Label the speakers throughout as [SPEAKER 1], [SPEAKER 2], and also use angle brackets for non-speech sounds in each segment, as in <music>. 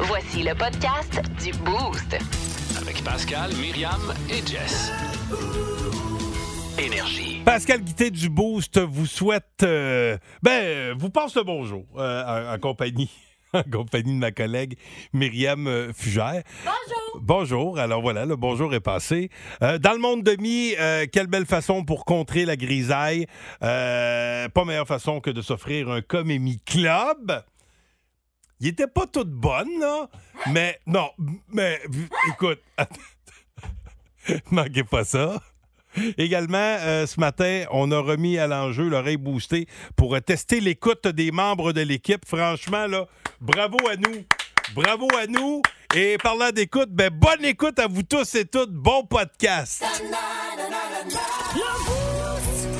[SPEAKER 1] Voici le podcast du Boost.
[SPEAKER 2] Avec Pascal, Myriam et Jess. Énergie.
[SPEAKER 3] Pascal Guité du Boost vous souhaite. euh, ben, euh, vous passe le bonjour euh, en, en compagnie. <laughs> En compagnie de ma collègue Myriam euh, Fugère. Bonjour! Bonjour. Alors voilà, le bonjour est passé. Euh, dans le monde de mi, euh, quelle belle façon pour contrer la grisaille. Euh, pas meilleure façon que de s'offrir un Comémie Club. Il était pas toute bonne, là. Mais non, mais écoute, <laughs> manquez pas ça. Également, euh, ce matin, on a remis à l'enjeu l'oreille boostée pour euh, tester l'écoute des membres de l'équipe. Franchement, là, bravo à nous. Bravo à nous. Et parlant d'écoute, ben, bonne écoute à vous tous et toutes. Bon podcast.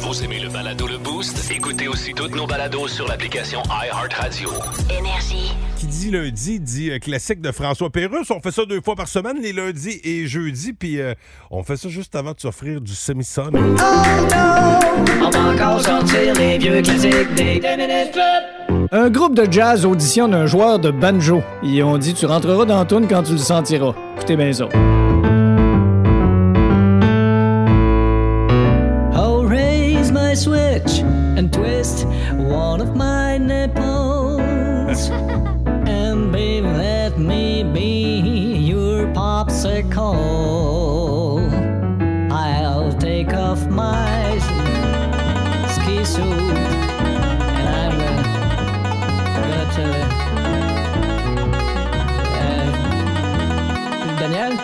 [SPEAKER 2] Vous aimez le balado Le Boost? Écoutez aussi toutes nos balados sur l'application iHeartRadio.
[SPEAKER 1] Énergie.
[SPEAKER 3] Qui dit lundi dit euh, classique de François Pérusse. On fait ça deux fois par semaine, les lundis et jeudis. Puis euh, on fait ça juste avant de s'offrir du semi-son.
[SPEAKER 4] On va encore sortir les vieux classiques des Ten Minute Club.
[SPEAKER 5] Un groupe de jazz auditionne un joueur de banjo. Ils ont dit Tu rentreras dans la toune quand tu le sentiras. Écoutez bien ça.
[SPEAKER 4] I'll raise my switch and twist one of my nipples. and baby, let me be your popsicle. I'll take off my ski suit and I'm gonna, gonna tell you. Euh, Daniel?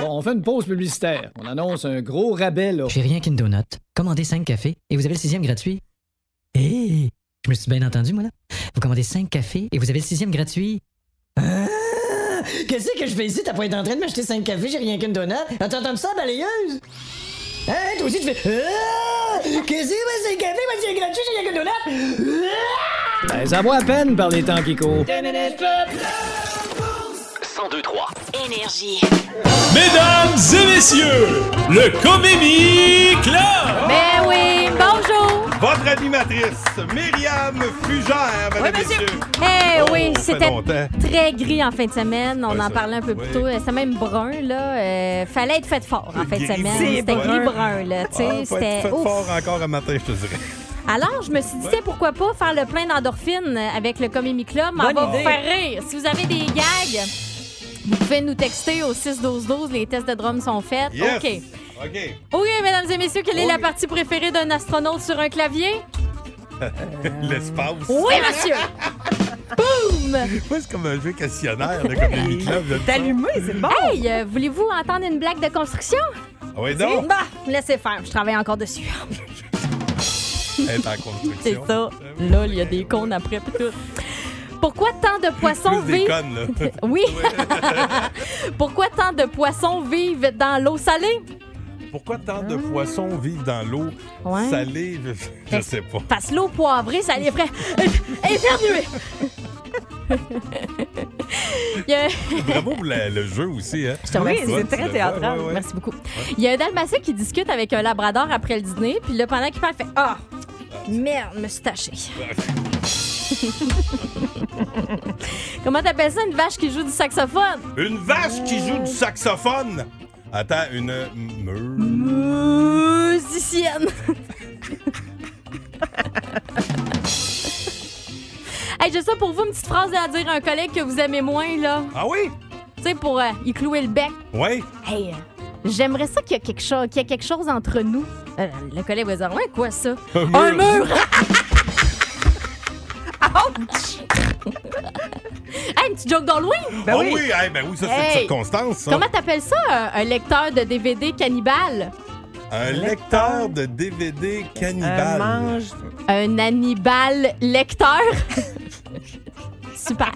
[SPEAKER 5] Bon, on fait une pause publicitaire. On annonce un gros rabais, là.
[SPEAKER 6] J'ai rien qu'une donut. Commandez 5 cafés et vous avez le sixième gratuit. Hé! je me suis bien entendu, moi, là. Vous commandez 5 cafés et vous avez le sixième gratuit. Ah! Qu'est-ce que je fais ici? T'as pas été en train de m'acheter 5 cafés, j'ai rien qu'une donut. As-tu entendu ça, balayeuse? Hein? Toi aussi, tu fais... Ah! Qu'est-ce que c'est, 5 cafés, moi, c'est gratuit, j'ai rien qu'une donut? Ah!
[SPEAKER 5] Ben, ça vaut à peine par les temps qui courent.
[SPEAKER 2] 1023.
[SPEAKER 1] Énergie.
[SPEAKER 7] Mesdames et messieurs, le Comédie Club!
[SPEAKER 8] Ben oui, bonjour!
[SPEAKER 3] Votre animatrice, Myriam Fugère, mesdames et messieurs.
[SPEAKER 8] Eh
[SPEAKER 3] Oh,
[SPEAKER 8] oui,
[SPEAKER 3] ça fait
[SPEAKER 8] c'était
[SPEAKER 3] longtemps.
[SPEAKER 8] très gris en fin de semaine. On
[SPEAKER 3] Ouais,
[SPEAKER 8] en
[SPEAKER 3] ça-
[SPEAKER 8] parlait un peu plus
[SPEAKER 3] oui.
[SPEAKER 8] tôt. C'était même brun, là. Euh, fallait être fait fort en fin de
[SPEAKER 3] Gris,
[SPEAKER 8] semaine.
[SPEAKER 3] c'est
[SPEAKER 8] C'était
[SPEAKER 3] brun.
[SPEAKER 8] gris-brun, là. Tu sais,
[SPEAKER 3] Ah, faut être-
[SPEAKER 8] c'était.
[SPEAKER 3] faites
[SPEAKER 8] ouf.
[SPEAKER 3] fort encore un matin, je te dirais.
[SPEAKER 8] Alors, je me suis dit, tiens, pourquoi pas faire le plein d'endorphines avec le Comémie Club? Mais On va vous faire rire. Si vous avez des gags, vous pouvez nous texter au 6-12-12. Les tests de drums sont faits.
[SPEAKER 3] Yes.
[SPEAKER 8] OK.
[SPEAKER 3] OK.
[SPEAKER 8] OK, mesdames et messieurs, quelle est la
[SPEAKER 3] Oui.
[SPEAKER 8] partie préférée d'un astronaute sur un clavier?
[SPEAKER 3] L'espace.
[SPEAKER 8] Oui,
[SPEAKER 3] <laughs>
[SPEAKER 8] monsieur! Boum!
[SPEAKER 3] Moi, c'est comme un jeu questionnaire, là, comme les clubs. là, tout ça. Oh!
[SPEAKER 8] Hey, euh, voulez-vous entendre une blague de construction?
[SPEAKER 3] Ah ouais, non?
[SPEAKER 8] Bah, laissez faire, je travaille encore
[SPEAKER 3] <laughs>
[SPEAKER 8] dessus.
[SPEAKER 3] Elle est en construction.
[SPEAKER 8] C'est ça. Là, il y a des cons après pis tout. Pourquoi tant de poissons
[SPEAKER 3] Plus des
[SPEAKER 8] vivent...
[SPEAKER 3] connes, là.
[SPEAKER 8] <laughs> Oui. <laughs> Pourquoi tant de poissons vivent dans l'eau salée?
[SPEAKER 3] Pourquoi tant de poissons vivent dans l'eau
[SPEAKER 8] Ouais.
[SPEAKER 3] salée? Je, je sais pas.
[SPEAKER 8] Parce que l'eau poivrée, ça les ferait <laughs> éternuer. <laughs> Il y a-
[SPEAKER 3] Bravo pour la- le jeu aussi. Hein?
[SPEAKER 8] te remercie.
[SPEAKER 3] Oui, c'est très théâtral.
[SPEAKER 8] Merci beaucoup. Il y a un dalmatien qui discute avec un labrador après le dîner, puis là, pendant qu'il parle, il fait Ah, merde, me suis taché. <laughs> Comment t'appelles ça une vache qui joue du saxophone?
[SPEAKER 3] Une vache qui joue du saxophone. Attends, une meule.
[SPEAKER 8] Musicienne. <laughs> hey, j'ai ça pour vous, une petite phrase à dire à un collègue que vous aimez moins, là.
[SPEAKER 3] Ah oui?
[SPEAKER 8] Tu sais, pour euh, y clouer le bec.
[SPEAKER 3] Oui.
[SPEAKER 8] Hey, euh, j'aimerais ça qu'il y, a quelque chose- qu'il y ait quelque chose entre nous. Euh, le collègue va dire Ouais, quoi ça?
[SPEAKER 3] Ah
[SPEAKER 8] Un mur! <laughs> Ouch! hey, une petite joke d'Halloween!
[SPEAKER 3] Ben oui, eh ben oui, ça c'est
[SPEAKER 8] Hey.
[SPEAKER 3] une circonstance. ça.
[SPEAKER 8] Comment t'appelles ça, euh, un, un lecteur de DVD cannibale?
[SPEAKER 3] Un lecteur de DVD cannibale.
[SPEAKER 8] Un Hannibal lecteur? <laughs> Super.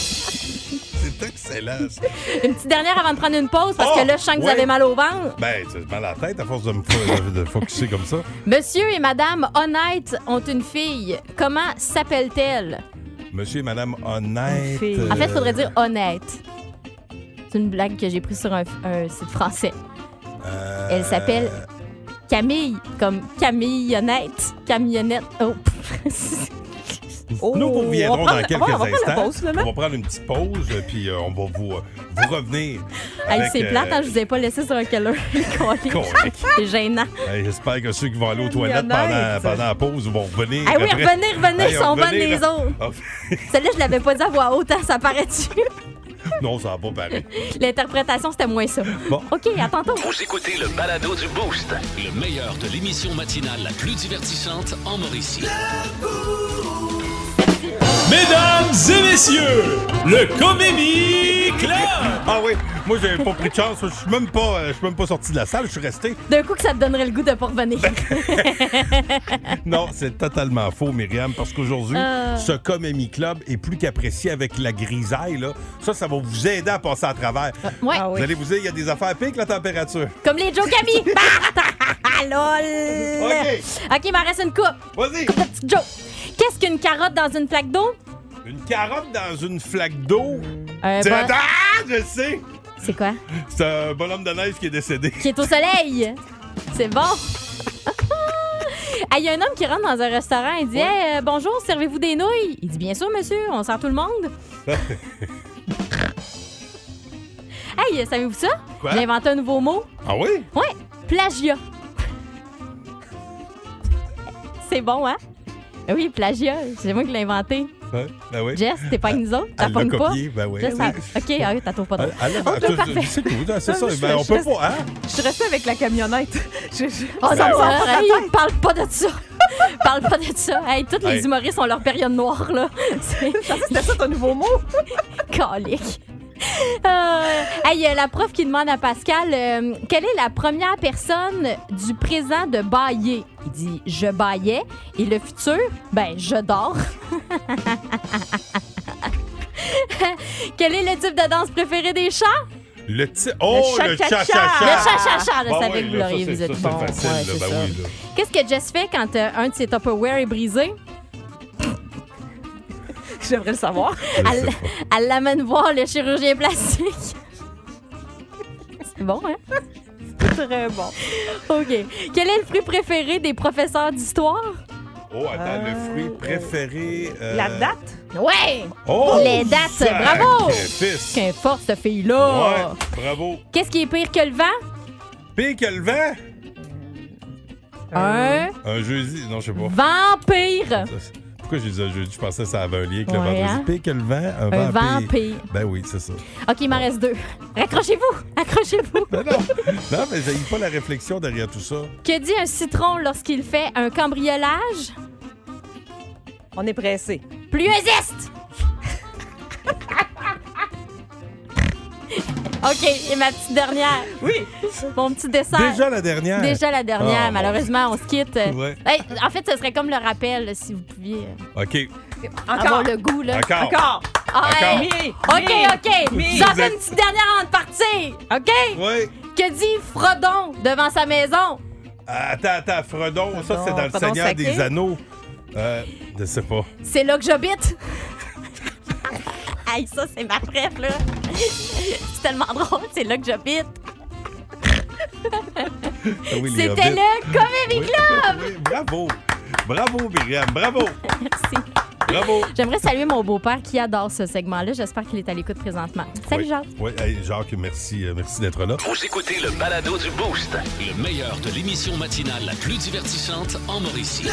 [SPEAKER 3] C'est excellent. ça.
[SPEAKER 8] Une petite dernière avant de prendre une pause parce
[SPEAKER 3] Oh,
[SPEAKER 8] que là, je sens que vous
[SPEAKER 3] ouais.
[SPEAKER 8] avez mal au ventre.
[SPEAKER 3] Ben, ça me mal à la tête à force de me fo- de focusser comme ça.
[SPEAKER 8] Monsieur et Madame Honnête ont une fille. Comment s'appelle-t-elle?
[SPEAKER 3] Monsieur et Madame Honnête. euh,
[SPEAKER 8] En fait, il faudrait dire honnête. C'est une blague que j'ai prise sur un, un site français.
[SPEAKER 3] euh,
[SPEAKER 8] Elle s'appelle Camille, comme Camille honnête. Camionnette. Oh.
[SPEAKER 9] Oh,
[SPEAKER 3] Nous vous reviendrons
[SPEAKER 9] on va
[SPEAKER 3] dans
[SPEAKER 9] prendre-
[SPEAKER 3] quelques
[SPEAKER 9] on va- on va prendre
[SPEAKER 3] instants.
[SPEAKER 9] une pause, finalement.
[SPEAKER 3] on va prendre une petite pause, euh, puis euh, on va vous, euh, vous revenir.
[SPEAKER 8] <laughs> <laughs> Hey,
[SPEAKER 3] avec,
[SPEAKER 8] c'est
[SPEAKER 3] euh,
[SPEAKER 8] plate, hein, je vous ai pas laissé sur un keller. <laughs>
[SPEAKER 3] Correct.
[SPEAKER 8] C'est gênant.
[SPEAKER 3] Hey, J'espère que ceux qui vont aller aux
[SPEAKER 9] Il y
[SPEAKER 3] toilettes
[SPEAKER 9] en a,
[SPEAKER 3] pendant,
[SPEAKER 9] ça.
[SPEAKER 3] pendant la pause vont revenir.
[SPEAKER 8] Ah oui,
[SPEAKER 3] après.
[SPEAKER 8] revenez, revenez,
[SPEAKER 3] Hey,
[SPEAKER 8] ils sont bonnes
[SPEAKER 3] revenez,
[SPEAKER 8] les
[SPEAKER 3] là.
[SPEAKER 8] autres.
[SPEAKER 3] Ah,
[SPEAKER 8] Celle-là, je l'avais pas dit à voix haute, hein, ça paraît-tu? <laughs>
[SPEAKER 3] Ah, <laughs> non, ça va pas pareil.
[SPEAKER 8] L'interprétation, c'était moins ça.
[SPEAKER 3] Bon.
[SPEAKER 8] OK, à tantôt.
[SPEAKER 2] Vous écoutez le balado du Boost. Le meilleur de l'émission matinale la plus divertissante en Mauricie.
[SPEAKER 7] Mesdames et messieurs, le Comédie Club!
[SPEAKER 3] Ah oui, moi, j'avais pas pris de chance. Je suis même pas, euh, je suis même pas sorti de la salle. Je suis resté.
[SPEAKER 8] D'un coup que ça te donnerait le goût de
[SPEAKER 3] <laughs>
[SPEAKER 8] pas revenir.
[SPEAKER 3] Non, c'est totalement faux, Myriam, parce qu'aujourd'hui, ce Comémie Club est plus qu'apprécié avec la grisaille. Là. Ça, ça va vous aider à passer à travers.
[SPEAKER 8] Ouais,
[SPEAKER 9] Ah oui.
[SPEAKER 3] Vous allez vous dire, il y a des affaires piques, la température.
[SPEAKER 8] comme les jokes amis. Ah, lol. OK, il m'en reste une coupe.
[SPEAKER 3] Vas-y!
[SPEAKER 8] Coupe de petite joke. Qu'est-ce qu'une carotte dans une flaque d'eau?
[SPEAKER 3] Une carotte dans une flaque d'eau.
[SPEAKER 8] Euh,
[SPEAKER 3] Tu-
[SPEAKER 8] bon,
[SPEAKER 3] Ah, je sais!
[SPEAKER 8] C'est quoi?
[SPEAKER 3] C'est un bonhomme de neige qui est décédé.
[SPEAKER 8] Qui est au soleil. C'est bon. <laughs> Ah, Il y a un homme qui rentre dans un restaurant et dit Hey, euh, Bonjour, servez-vous des nouilles Il dit Bien sûr, monsieur, on sert tout le
[SPEAKER 3] <laughs>
[SPEAKER 8] monde. hey, euh, savez-vous ça
[SPEAKER 3] Quoi?
[SPEAKER 8] J'ai inventé un nouveau mot.
[SPEAKER 3] Ah oui?
[SPEAKER 8] Ouais, plagiat. C'est bon, hein? Ah Oui, plagiat. C'est moi qui l'ai inventé.
[SPEAKER 3] Ouais, Ben oui.
[SPEAKER 8] Jess, t'es pas avec nous autres? T'as
[SPEAKER 3] Elle l'a
[SPEAKER 8] pas?
[SPEAKER 3] copié, ben oui.
[SPEAKER 8] Jess, elle- OK, ah, t'as trouvé pas drôle.
[SPEAKER 3] Elle- elle l'a-
[SPEAKER 8] Ok,
[SPEAKER 3] ça, je-
[SPEAKER 8] parfait.
[SPEAKER 3] C'est tout, hein, c'est
[SPEAKER 9] Non,
[SPEAKER 3] ça.
[SPEAKER 9] je-
[SPEAKER 3] Ben, on
[SPEAKER 9] je-
[SPEAKER 3] peut
[SPEAKER 9] je-
[SPEAKER 3] pas, hein?
[SPEAKER 9] Je suis restée avec la camionnette. Je, je-
[SPEAKER 8] Oh,
[SPEAKER 9] ça
[SPEAKER 8] ça
[SPEAKER 9] me sort
[SPEAKER 8] va,
[SPEAKER 9] pas la
[SPEAKER 8] hey,
[SPEAKER 9] tête.
[SPEAKER 8] parle pas de
[SPEAKER 9] <laughs>
[SPEAKER 8] ça. parle pas de ça. Hey, tous les
[SPEAKER 3] Hey.
[SPEAKER 8] humoristes ont leur période noire, là. C'est
[SPEAKER 9] C'était <laughs> ça ton nouveau mot?
[SPEAKER 8] <laughs> calique. Euh, hey, euh, la prof qui demande à Pascal euh, quelle est la première personne du présent de bailler. Il dit je baillais et le futur, ben je dors. <laughs> quel est le type de danse préféré des chats?
[SPEAKER 3] Le ti- Oh,
[SPEAKER 9] Le
[SPEAKER 3] le
[SPEAKER 9] cha-cha-cha.
[SPEAKER 8] Le
[SPEAKER 3] cha-cha-cha!
[SPEAKER 8] chat-chat-chat, je
[SPEAKER 3] Ben
[SPEAKER 8] savais
[SPEAKER 3] oui,
[SPEAKER 8] que vous
[SPEAKER 3] là, ça,
[SPEAKER 8] l'auriez,
[SPEAKER 3] c'est-
[SPEAKER 8] vous
[SPEAKER 3] ça,
[SPEAKER 8] êtes
[SPEAKER 3] c'est
[SPEAKER 8] bon.
[SPEAKER 3] facile,
[SPEAKER 9] Ouais,
[SPEAKER 3] là,
[SPEAKER 9] c'est
[SPEAKER 3] ben
[SPEAKER 9] ça.
[SPEAKER 3] oui, là.
[SPEAKER 8] Qu'est-ce que Jess fait quand euh, un de ses Tupperware est brisé?
[SPEAKER 9] J'aimerais le savoir.
[SPEAKER 3] Je sais
[SPEAKER 8] Elle-
[SPEAKER 3] pas.
[SPEAKER 8] Elle l'amène voir le chirurgien plastique. C'est bon, hein?
[SPEAKER 9] Très bon.
[SPEAKER 8] OK. Quel est le fruit préféré des professeurs d'histoire?
[SPEAKER 3] Oh, attends, le fruit
[SPEAKER 8] Ah.
[SPEAKER 3] préféré. euh,
[SPEAKER 9] La date?
[SPEAKER 8] Ouais!
[SPEAKER 3] Oh!
[SPEAKER 8] Les dates, bravo! Oh.
[SPEAKER 3] sacrifice.
[SPEAKER 8] Qu'un force, cette fille-là!
[SPEAKER 3] Ouais, bravo.
[SPEAKER 8] Qu'est-ce qui est pire que le vent?
[SPEAKER 3] Pire que le vent?
[SPEAKER 8] Un
[SPEAKER 3] Un jeudi. Non, je sais pas.
[SPEAKER 8] vampire!
[SPEAKER 3] Ça, c'est- Pourquoi j'ai dit un jeudi? Je pensais que ça avait un lien avec le
[SPEAKER 8] Ouais,
[SPEAKER 3] vendredi.
[SPEAKER 8] hein?
[SPEAKER 3] Pire que le vent, un,
[SPEAKER 8] Un
[SPEAKER 3] vampire.
[SPEAKER 8] vampire.
[SPEAKER 3] Ben oui, c'est ça.
[SPEAKER 8] OK, il m'en reste deux. Accrochez-vous! Accrochez-vous!
[SPEAKER 3] Ben non, <laughs> non, mais j'ai pas la réflexion derrière tout ça.
[SPEAKER 8] Que dit un citron lorsqu'il fait un cambriolage?
[SPEAKER 9] On est pressé.
[SPEAKER 8] Plus
[SPEAKER 9] <laughs>
[SPEAKER 8] existe! OK, et ma petite dernière.
[SPEAKER 9] Oui.
[SPEAKER 8] Mon petit dessert.
[SPEAKER 3] Déjà la dernière.
[SPEAKER 8] Déjà la dernière,
[SPEAKER 3] Ah,
[SPEAKER 8] malheureusement, on se quitte.
[SPEAKER 3] Ouais.
[SPEAKER 8] Hey, en fait, ce serait comme le rappel, là, si vous pouviez euh,
[SPEAKER 3] OK.
[SPEAKER 9] Encore.
[SPEAKER 8] avoir le goût. Là.
[SPEAKER 3] Encore.
[SPEAKER 9] Encore.
[SPEAKER 8] Ah,
[SPEAKER 3] Encore.
[SPEAKER 8] hey.
[SPEAKER 9] Mi,
[SPEAKER 8] OK,
[SPEAKER 9] mi.
[SPEAKER 8] OK.
[SPEAKER 9] Mi.
[SPEAKER 8] J'en
[SPEAKER 3] Vous
[SPEAKER 8] fais
[SPEAKER 3] êtes-
[SPEAKER 8] une petite dernière avant de partir. OK?
[SPEAKER 3] Oui.
[SPEAKER 8] Que dit Frodon devant sa maison?
[SPEAKER 3] Attends, attends, Fredon, ça c'est
[SPEAKER 9] Fredon,
[SPEAKER 3] dans le
[SPEAKER 9] Fredon
[SPEAKER 3] Seigneur
[SPEAKER 9] sacré.
[SPEAKER 3] des Anneaux. Euh, je sais pas.
[SPEAKER 8] C'est là que j'habite. hey, ça, c'est ma préf, là. c'est tellement drôle. C'est là que j'habite.
[SPEAKER 3] Ah oui, les
[SPEAKER 8] C'était
[SPEAKER 3] Hobbits.
[SPEAKER 8] le Comédie Club.
[SPEAKER 3] Oui, bravo. Bravo, Myriam. Bravo.
[SPEAKER 8] Merci.
[SPEAKER 3] Bravo.
[SPEAKER 8] J'aimerais saluer mon beau-père qui adore ce segment-là. J'espère qu'il est à l'écoute présentement. <laughs> Salut,
[SPEAKER 3] Oui.
[SPEAKER 8] Jacques.
[SPEAKER 3] Oui, hey, Jacques, merci, euh, merci d'être là.
[SPEAKER 2] Vous écoutez le balado du Boost. Le meilleur de l'émission matinale la plus divertissante en Mauricie.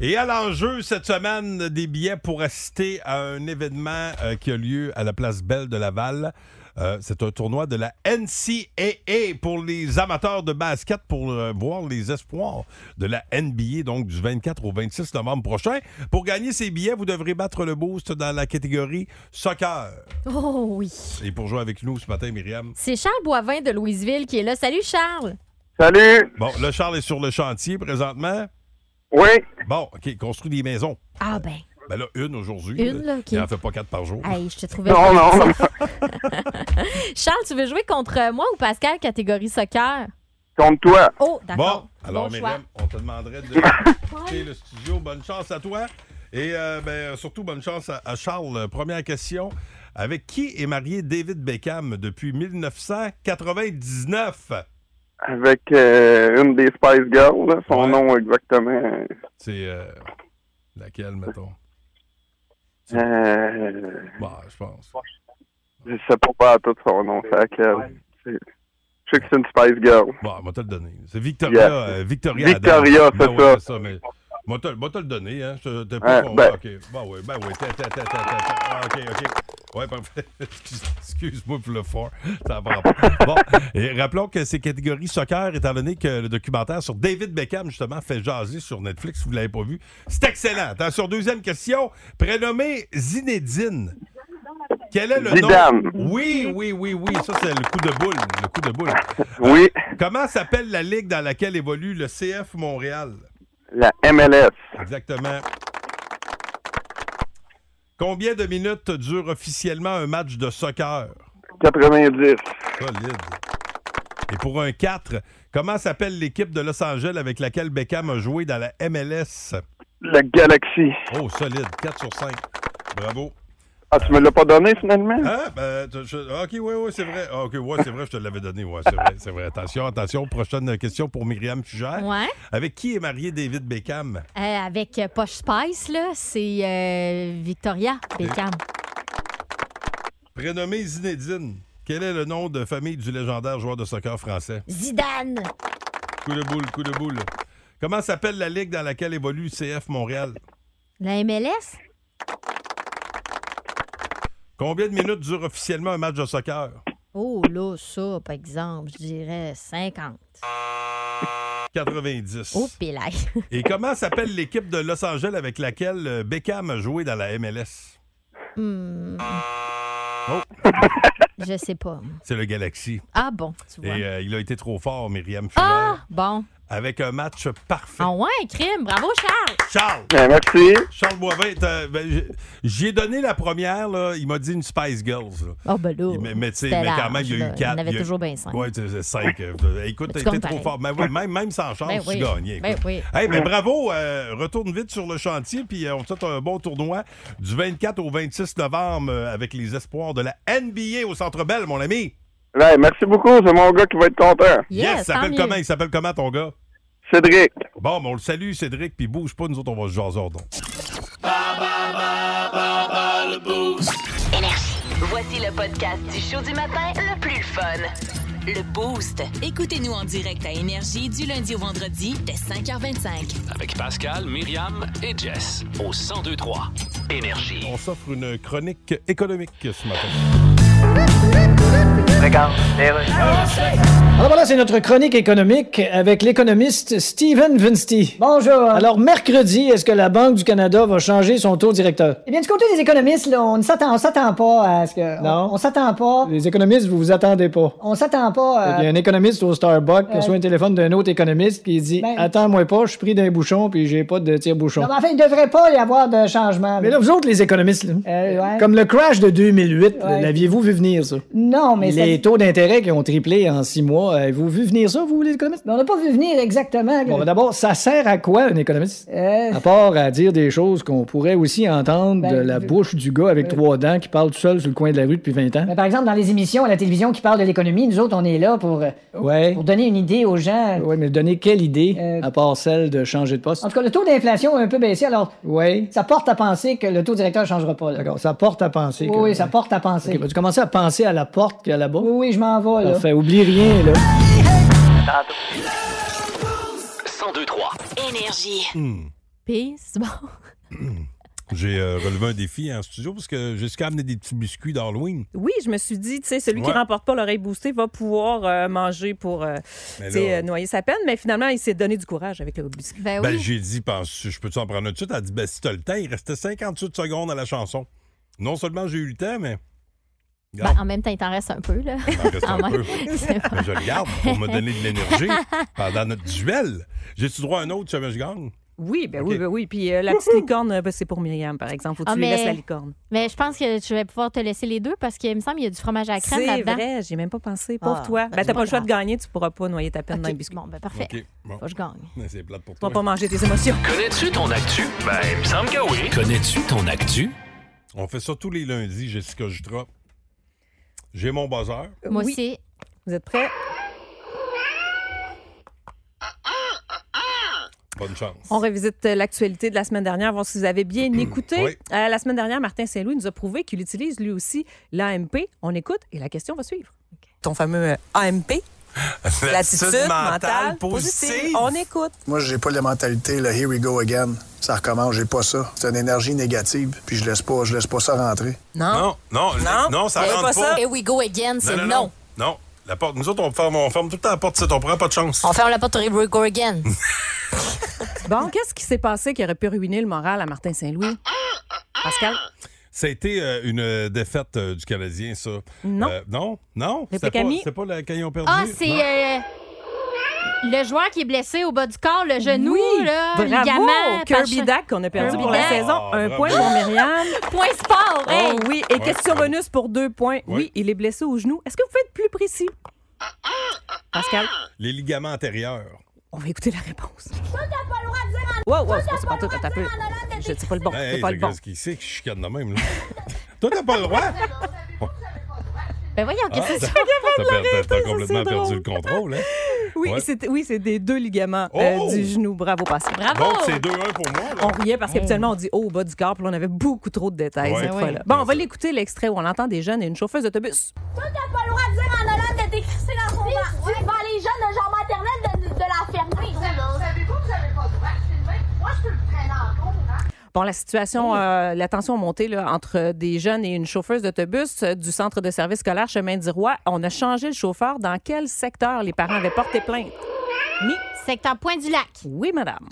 [SPEAKER 3] Et à l'enjeu cette semaine, des billets pour assister à un événement euh, qui a lieu à la place Belle de Laval. Euh, c'est un tournoi de la NCAA pour les amateurs de basket pour euh, voir les espoirs de la NBA, donc du 24 au 26 novembre prochain. Pour gagner ces billets, vous devrez battre le boost dans la catégorie soccer.
[SPEAKER 8] Oh oui.
[SPEAKER 3] Et pour jouer avec nous ce matin, Myriam.
[SPEAKER 8] C'est Charles Boivin de Louisville qui est là. Salut Charles.
[SPEAKER 10] Salut.
[SPEAKER 3] Bon, le Charles est sur le chantier présentement.
[SPEAKER 10] Oui.
[SPEAKER 3] Bon, OK, construit des maisons.
[SPEAKER 8] Ah ben,
[SPEAKER 3] Ben là, une aujourd'hui.
[SPEAKER 8] une là, OK.
[SPEAKER 3] Il en fait pas quatre par jour.
[SPEAKER 8] Hey, je te trouvais.
[SPEAKER 10] Non, non. <laughs>
[SPEAKER 8] Charles, tu veux jouer contre moi ou Pascal catégorie soccer?
[SPEAKER 10] Contre toi.
[SPEAKER 3] Bon,
[SPEAKER 8] Oh, d'accord.
[SPEAKER 3] alors
[SPEAKER 8] Bon
[SPEAKER 3] Myriam,
[SPEAKER 8] choix.
[SPEAKER 3] on te demanderait
[SPEAKER 8] <laughs>
[SPEAKER 3] de quitter le studio. Bonne chance à toi. Et euh, ben, surtout, bonne chance à, à Charles. Euh, Première question. Avec qui est marié David Beckham depuis 1999?
[SPEAKER 10] Avec euh, une des Spice Girls, là, son nom exactement.
[SPEAKER 3] C'est euh, laquelle, mettons?
[SPEAKER 10] Euh,
[SPEAKER 3] Bah, je pense.
[SPEAKER 10] je sais pas pas tout son nom, c'est laquelle. C'est- Je sais que c'est une Spice Girl.
[SPEAKER 3] Bon, on va te le donner. C'est Victoria.
[SPEAKER 10] Yes.
[SPEAKER 3] euh, Victoria,
[SPEAKER 10] Victoria,
[SPEAKER 3] Adams.
[SPEAKER 10] c'est
[SPEAKER 3] Ben
[SPEAKER 10] ça.
[SPEAKER 3] ouais, mais... Moi, te, moi, te le donner, hein. Je- T'es pas
[SPEAKER 10] Ouais,
[SPEAKER 3] con-
[SPEAKER 10] ben.
[SPEAKER 3] OK. Ben oui, ben oui. T'es- t'es- t'es- t'es- t'es- ah, OK, OK. Ouais, parfait. <laughs> Excuse- Excuse-moi pour le fort. Ça va pas. Bon, et rappelons que c'est catégorie soccer, étant donné que le documentaire sur David Beckham, justement, fait jaser sur Netflix, si vous ne l'avez pas vu. C'est excellent. Attention, deuxième question. Prénommé Zinedine. Quel est le
[SPEAKER 10] Zidane.
[SPEAKER 3] nom? Oui, oui, oui, oui. Ça, c'est le coup de boule. Le coup de boule.
[SPEAKER 10] Oui,
[SPEAKER 3] Comment s'appelle la ligue dans laquelle évolue le CF Montréal?
[SPEAKER 10] la MLS.
[SPEAKER 3] Exactement. Combien de minutes dure officiellement un match de soccer?
[SPEAKER 10] 90.
[SPEAKER 3] Solide. Et pour un 4, comment s'appelle l'équipe de Los Angeles avec laquelle Beckham a joué dans la MLS?
[SPEAKER 10] La Galaxy.
[SPEAKER 3] Oh, solide. 4 sur 5. Bravo.
[SPEAKER 10] Ah, tu me l'as pas donné finalement?
[SPEAKER 3] Ah, ben, tu- je- ok, oui, oui, c'est vrai. Ah, Ok, ouais, c'est vrai, je te l'avais donné. Ouais, c'est vrai, c'est vrai. Attention, attention. Prochaine question pour Myriam Fugère.
[SPEAKER 8] Ouais.
[SPEAKER 3] Avec qui est marié David Beckham?
[SPEAKER 8] Euh, avec euh, Posh Spice, là, c'est euh, Victoria Beckham.
[SPEAKER 3] Prénommé Zinedine, quel est le nom de famille du légendaire joueur de soccer français?
[SPEAKER 8] Zidane!
[SPEAKER 3] Coup de boule, coup de boule. Comment s'appelle la ligue dans laquelle évolue CF Montréal?
[SPEAKER 8] La MLS?
[SPEAKER 3] Combien de minutes dure officiellement un match de soccer?
[SPEAKER 8] Oh là, ça, par exemple, je dirais 50.
[SPEAKER 3] 90.
[SPEAKER 8] Oh, pilaille.
[SPEAKER 3] Et comment s'appelle l'équipe de Los Angeles avec laquelle euh, Beckham a joué dans la MLS?
[SPEAKER 8] Hmm.
[SPEAKER 3] Oh.
[SPEAKER 8] <laughs> Je sais pas.
[SPEAKER 3] C'est le Galaxy.
[SPEAKER 8] Ah bon, tu vois.
[SPEAKER 3] Et euh, il a été trop fort, Myriam Fuller,
[SPEAKER 8] Ah bon.
[SPEAKER 3] avec un match parfait.
[SPEAKER 8] Ah ouais, crime. Bravo, Charles.
[SPEAKER 3] Charles!
[SPEAKER 10] Ben, merci.
[SPEAKER 3] Charles Boivin, t'as- ben, j'ai- j'y ai donné la première, là, il m'a dit une Spice Girls. là.
[SPEAKER 8] Ah ben là.
[SPEAKER 3] Mais, mais, tu sais,
[SPEAKER 8] c'était
[SPEAKER 3] mais quand
[SPEAKER 8] large,
[SPEAKER 3] même, il y a
[SPEAKER 8] là.
[SPEAKER 3] eu quatre.
[SPEAKER 8] Il y en avait
[SPEAKER 3] a-
[SPEAKER 8] toujours bien cinq.
[SPEAKER 3] Ouais, tu sais, cinq. Euh, Écoute,
[SPEAKER 8] Mais
[SPEAKER 3] t'as
[SPEAKER 8] tu
[SPEAKER 3] été trop
[SPEAKER 8] comptes pareil.
[SPEAKER 3] fort. Mais oui, même, même
[SPEAKER 8] <laughs>
[SPEAKER 3] sans chance,
[SPEAKER 8] Ben
[SPEAKER 3] tu
[SPEAKER 8] oui.
[SPEAKER 3] gagnes.
[SPEAKER 8] Ben
[SPEAKER 3] écoute.
[SPEAKER 8] oui.
[SPEAKER 3] Hey, mais bravo. euh, retourne vite sur le chantier. Puis euh, on te souhaite un bon tournoi du 24 au 26 novembre euh, avec les espoirs de la NBA au Centre Bell, mon ami.
[SPEAKER 10] Ouais, Ben, merci beaucoup, c'est mon gars qui va être content.
[SPEAKER 8] Yes,
[SPEAKER 3] ça
[SPEAKER 8] tant
[SPEAKER 3] s'appelle
[SPEAKER 8] mieux.
[SPEAKER 3] comment? Il s'appelle comment, ton gars?
[SPEAKER 10] Cédric.
[SPEAKER 3] Bon, ben, on le salue, Cédric. Puis bouge pas, nous autres, on va se jaser hors d'onde.
[SPEAKER 1] Énergie. Voici le podcast du show du matin le plus fun. Le Boost.
[SPEAKER 11] Écoutez-nous en direct à Énergie du lundi au vendredi dès 5h25.
[SPEAKER 2] Avec Pascal, Myriam et Jess au 1023 Énergie.
[SPEAKER 3] On s'offre une chronique économique ce matin.
[SPEAKER 5] Alors voilà, c'est notre chronique économique avec l'économiste Steven Vinsty.
[SPEAKER 4] Bonjour.
[SPEAKER 5] Alors mercredi, est-ce que la Banque du Canada va changer son taux directeur?
[SPEAKER 4] Eh bien, du côté des économistes, là, on ne s'attend, on s'attend pas à ce que.
[SPEAKER 5] Non.
[SPEAKER 4] On, on s'attend pas.
[SPEAKER 5] Les économistes, vous vous attendez pas.
[SPEAKER 4] On s'attend pas à.
[SPEAKER 5] Il y a un économiste au Starbucks qui reçoit un téléphone d'un autre économiste qui dit
[SPEAKER 4] euh, Ben-
[SPEAKER 5] Attends-moi pas, je suis pris d'un bouchon puis j'ai pas de tire-bouchon.
[SPEAKER 4] Non, mais euh, enfin, il ne devrait pas y avoir de changement. là.
[SPEAKER 5] Mais là, vous autres, les économistes, là,
[SPEAKER 4] Euh, ouais.
[SPEAKER 5] comme le crash de 2008,
[SPEAKER 4] Ouais.
[SPEAKER 5] l'aviez-vous vu venir, ça?
[SPEAKER 4] Non, mais c'est-
[SPEAKER 5] les taux d'intérêt qui ont triplé en six mois, avez-vous vu venir ça, vous, les économistes?
[SPEAKER 4] Mais on n'a pas vu venir exactement.
[SPEAKER 5] Bon, Ah, ben, d'abord, ça sert à quoi, un économiste?
[SPEAKER 4] Euh,
[SPEAKER 5] À part à dire des choses qu'on pourrait aussi entendre
[SPEAKER 4] Ben,
[SPEAKER 5] de la
[SPEAKER 4] je-
[SPEAKER 5] bouche du gars avec
[SPEAKER 4] Ben-
[SPEAKER 5] trois dents qui parle tout seul sur le coin de la rue depuis 20 ans.
[SPEAKER 4] mais par exemple, dans les émissions à la télévision qui parlent de l'économie, nous autres, on est là pour, euh,
[SPEAKER 5] Ouais.
[SPEAKER 4] pour donner une idée aux gens.
[SPEAKER 5] Ouais, mais donner quelle idée,
[SPEAKER 4] Euh,
[SPEAKER 5] à part celle de changer de poste?
[SPEAKER 4] En tout cas, le taux d'inflation a un peu baissé, alors
[SPEAKER 5] Ouais.
[SPEAKER 4] ça porte à penser que le taux directeur ne changera pas. là.
[SPEAKER 5] D'accord, Ah, ça porte à penser.
[SPEAKER 4] Oui,
[SPEAKER 5] que-
[SPEAKER 4] oui, ça porte à penser.
[SPEAKER 5] Ok, vas-tu commencer à penser à la porte qu'il y a là-bas?
[SPEAKER 4] Oui, oui, je m'en vais, là.
[SPEAKER 5] Parfait, oublie rien, là.
[SPEAKER 2] 1023
[SPEAKER 1] Énergie.
[SPEAKER 8] Puis, c'est bon.
[SPEAKER 3] J'ai euh, relevé un défi en studio parce que j'ai jusqu'à amener des petits biscuits d'Halloween.
[SPEAKER 9] Oui, je me suis dit, tu sais, celui qui
[SPEAKER 3] Ouais.
[SPEAKER 9] remporte pas l'oreille boostée va pouvoir euh, manger pour euh,
[SPEAKER 3] Mais
[SPEAKER 9] tu sais,
[SPEAKER 3] là-
[SPEAKER 9] euh, noyer sa peine, mais finalement, il s'est donné du courage avec le biscuit.
[SPEAKER 8] Ben
[SPEAKER 3] Ben,
[SPEAKER 8] oui.
[SPEAKER 3] j'ai dit, pense, je peux-tu en prendre un tout de suite? Elle a dit, ben, si t'as le temps, il restait 58 secondes à la chanson. Non seulement j'ai eu le temps, mais.
[SPEAKER 8] Ben,
[SPEAKER 3] Regarde,
[SPEAKER 8] en même temps, il t'en reste un peu, là.
[SPEAKER 3] il en reste
[SPEAKER 8] Ah,
[SPEAKER 3] un
[SPEAKER 8] ouais.
[SPEAKER 3] peu.
[SPEAKER 8] C'est bon.
[SPEAKER 3] Mais je le garde pour me donner de l'énergie pendant notre duel. J'ai-tu droit à un autre, jamais je gagne?
[SPEAKER 9] Oui, ben
[SPEAKER 3] Ok.
[SPEAKER 9] oui, ben oui. Puis euh, la petite licorne, euh, ben, c'est pour Myriam, par exemple. Faut que
[SPEAKER 8] Ah,
[SPEAKER 9] tu lui
[SPEAKER 8] mais-
[SPEAKER 9] laisses la licorne.
[SPEAKER 8] Mais je pense que je vais pouvoir te laisser les deux parce qu'il me semble qu'il y a du fromage à la crème
[SPEAKER 9] C'est
[SPEAKER 8] là-dedans.
[SPEAKER 9] vrai, j'ai même pas pensé. Pauvre
[SPEAKER 8] Ah,
[SPEAKER 9] toi.
[SPEAKER 8] ben,
[SPEAKER 9] Ben,
[SPEAKER 8] c'est
[SPEAKER 9] t'as pas le
[SPEAKER 8] pas
[SPEAKER 9] choix de gagner, tu pourras pas noyer ta peine dans le
[SPEAKER 8] Ok,
[SPEAKER 9] biscuit.
[SPEAKER 8] Bon, ben parfait.
[SPEAKER 3] OK. Bon,
[SPEAKER 8] Faut que je gagne.
[SPEAKER 3] c'est plate pour
[SPEAKER 9] Tu vas
[SPEAKER 3] toi.
[SPEAKER 9] pas manger tes émotions.
[SPEAKER 2] Connais-tu ton actu? Ben, il me semble que oui. Connais-tu ton actu?
[SPEAKER 3] On fait ça tous les lundis, Jessica Jutra. J'ai mon buzzer.
[SPEAKER 9] Euh,
[SPEAKER 8] Moi aussi.
[SPEAKER 9] Vous êtes prêts?
[SPEAKER 3] Bonne chance.
[SPEAKER 9] On revisite euh, l'actualité de la semaine dernière, voir si vous
[SPEAKER 3] <clears throat>
[SPEAKER 9] avez bien écouté.
[SPEAKER 3] Oui.
[SPEAKER 9] Euh, la semaine dernière, Martin Saint-Louis nous a prouvé qu'il utilise lui aussi l'AMP. On écoute et la question va suivre.
[SPEAKER 12] Ton fameux euh, AMP, l'attitude mentale positive. On écoute.
[SPEAKER 13] Moi, j'ai pas la mentalité, le here we go again. Ça recommence, j'ai pas ça. C'est une énergie négative, puis je laisse pas, je laisse pas ça rentrer.
[SPEAKER 3] Non, non, non, ça rentre pas.
[SPEAKER 14] Here we go again, c'est non.
[SPEAKER 3] non, non. Non, la porte. Nous autres, on ferme, on ferme tout le temps la porte, c'est- on prend pas de chance.
[SPEAKER 14] On ferme la porte, here we go again.
[SPEAKER 9] Bon, qu'est-ce qui s'est passé qui aurait pu ruiner le moral à Martin Saint-Louis? Pascal?
[SPEAKER 3] Ça a été euh, une euh, défaite euh, du Canadien, ça.
[SPEAKER 9] Non.
[SPEAKER 3] Euh, non, non.
[SPEAKER 9] Les
[SPEAKER 3] C'était pas,
[SPEAKER 9] Pécamis.
[SPEAKER 3] c'était pas la, quand ils ont perdu.
[SPEAKER 8] Ah,
[SPEAKER 3] Non.
[SPEAKER 8] c'est euh, le joueur qui est blessé au bas du corps, le genou,
[SPEAKER 9] Oui,
[SPEAKER 8] là,
[SPEAKER 9] bravo,
[SPEAKER 8] ligament,
[SPEAKER 9] Kirby
[SPEAKER 8] pachin-
[SPEAKER 9] Dack qu'on a perdu
[SPEAKER 8] Kirby
[SPEAKER 9] pour la
[SPEAKER 8] Dack.
[SPEAKER 9] saison.
[SPEAKER 8] Ah,
[SPEAKER 9] Un
[SPEAKER 8] bravo.
[SPEAKER 9] point
[SPEAKER 8] <laughs>
[SPEAKER 9] pour Myriam.
[SPEAKER 8] Point sport, hey!
[SPEAKER 9] Oh oui, et
[SPEAKER 8] Ouais,
[SPEAKER 9] question bonus pour deux points. Oui, il est blessé au genou. Est-ce que vous pouvez être plus précis? Pascal?
[SPEAKER 3] Les ligaments antérieurs.
[SPEAKER 9] On va écouter la réponse. Wow, wow, c'est pas tout, attends un peu. Je- C'est pas le bon,
[SPEAKER 3] Hey,
[SPEAKER 9] c'est pas le bon.
[SPEAKER 3] qui sait que je chicane de même, là. <laughs> Toi, t'as pas le
[SPEAKER 9] <laughs>
[SPEAKER 3] droit.
[SPEAKER 8] Ben voyons,
[SPEAKER 3] Ah,
[SPEAKER 8] qu'est-ce que
[SPEAKER 3] t'as-
[SPEAKER 8] c'est
[SPEAKER 3] t'as per- t'as- t'as complètement
[SPEAKER 9] c'est
[SPEAKER 3] perdu
[SPEAKER 9] drôle.
[SPEAKER 3] le contrôle,
[SPEAKER 9] <laughs>
[SPEAKER 3] hein?
[SPEAKER 9] Oui,
[SPEAKER 3] Ouais.
[SPEAKER 9] c'est oui, c'est des deux ligaments euh,
[SPEAKER 3] Oh!
[SPEAKER 9] du genou. Bravo, Pascal.
[SPEAKER 3] Donc, c'est 2-1 pour moi. là.
[SPEAKER 9] Oh! On riait parce qu'habituellement, on dit haut au bas du corps, puis là, on avait beaucoup trop de détails
[SPEAKER 3] Ouais.
[SPEAKER 9] cette
[SPEAKER 3] Ah oui.
[SPEAKER 9] fois-là. Bon, on va l'écouter, l'extrait où on entend des jeunes et une chauffeuse d'autobus.
[SPEAKER 15] Toi, t'as pas le droit de dire en allant de décrisser dans son bar. devant les jeunes de genre maternelle de, de la fermer. Savez-vous que vous avez pas le droit de filmer? Moi, je peux le traîner en cours, hein?
[SPEAKER 9] Bon, la situation, euh, la tension a monté là, entre des jeunes et une chauffeuse d'autobus euh, du centre de service scolaire Chemin du Roi. On a changé le chauffeur. Dans quel secteur les parents avaient porté plainte? Mi.
[SPEAKER 8] Secteur Point du Lac.
[SPEAKER 9] Oui, madame.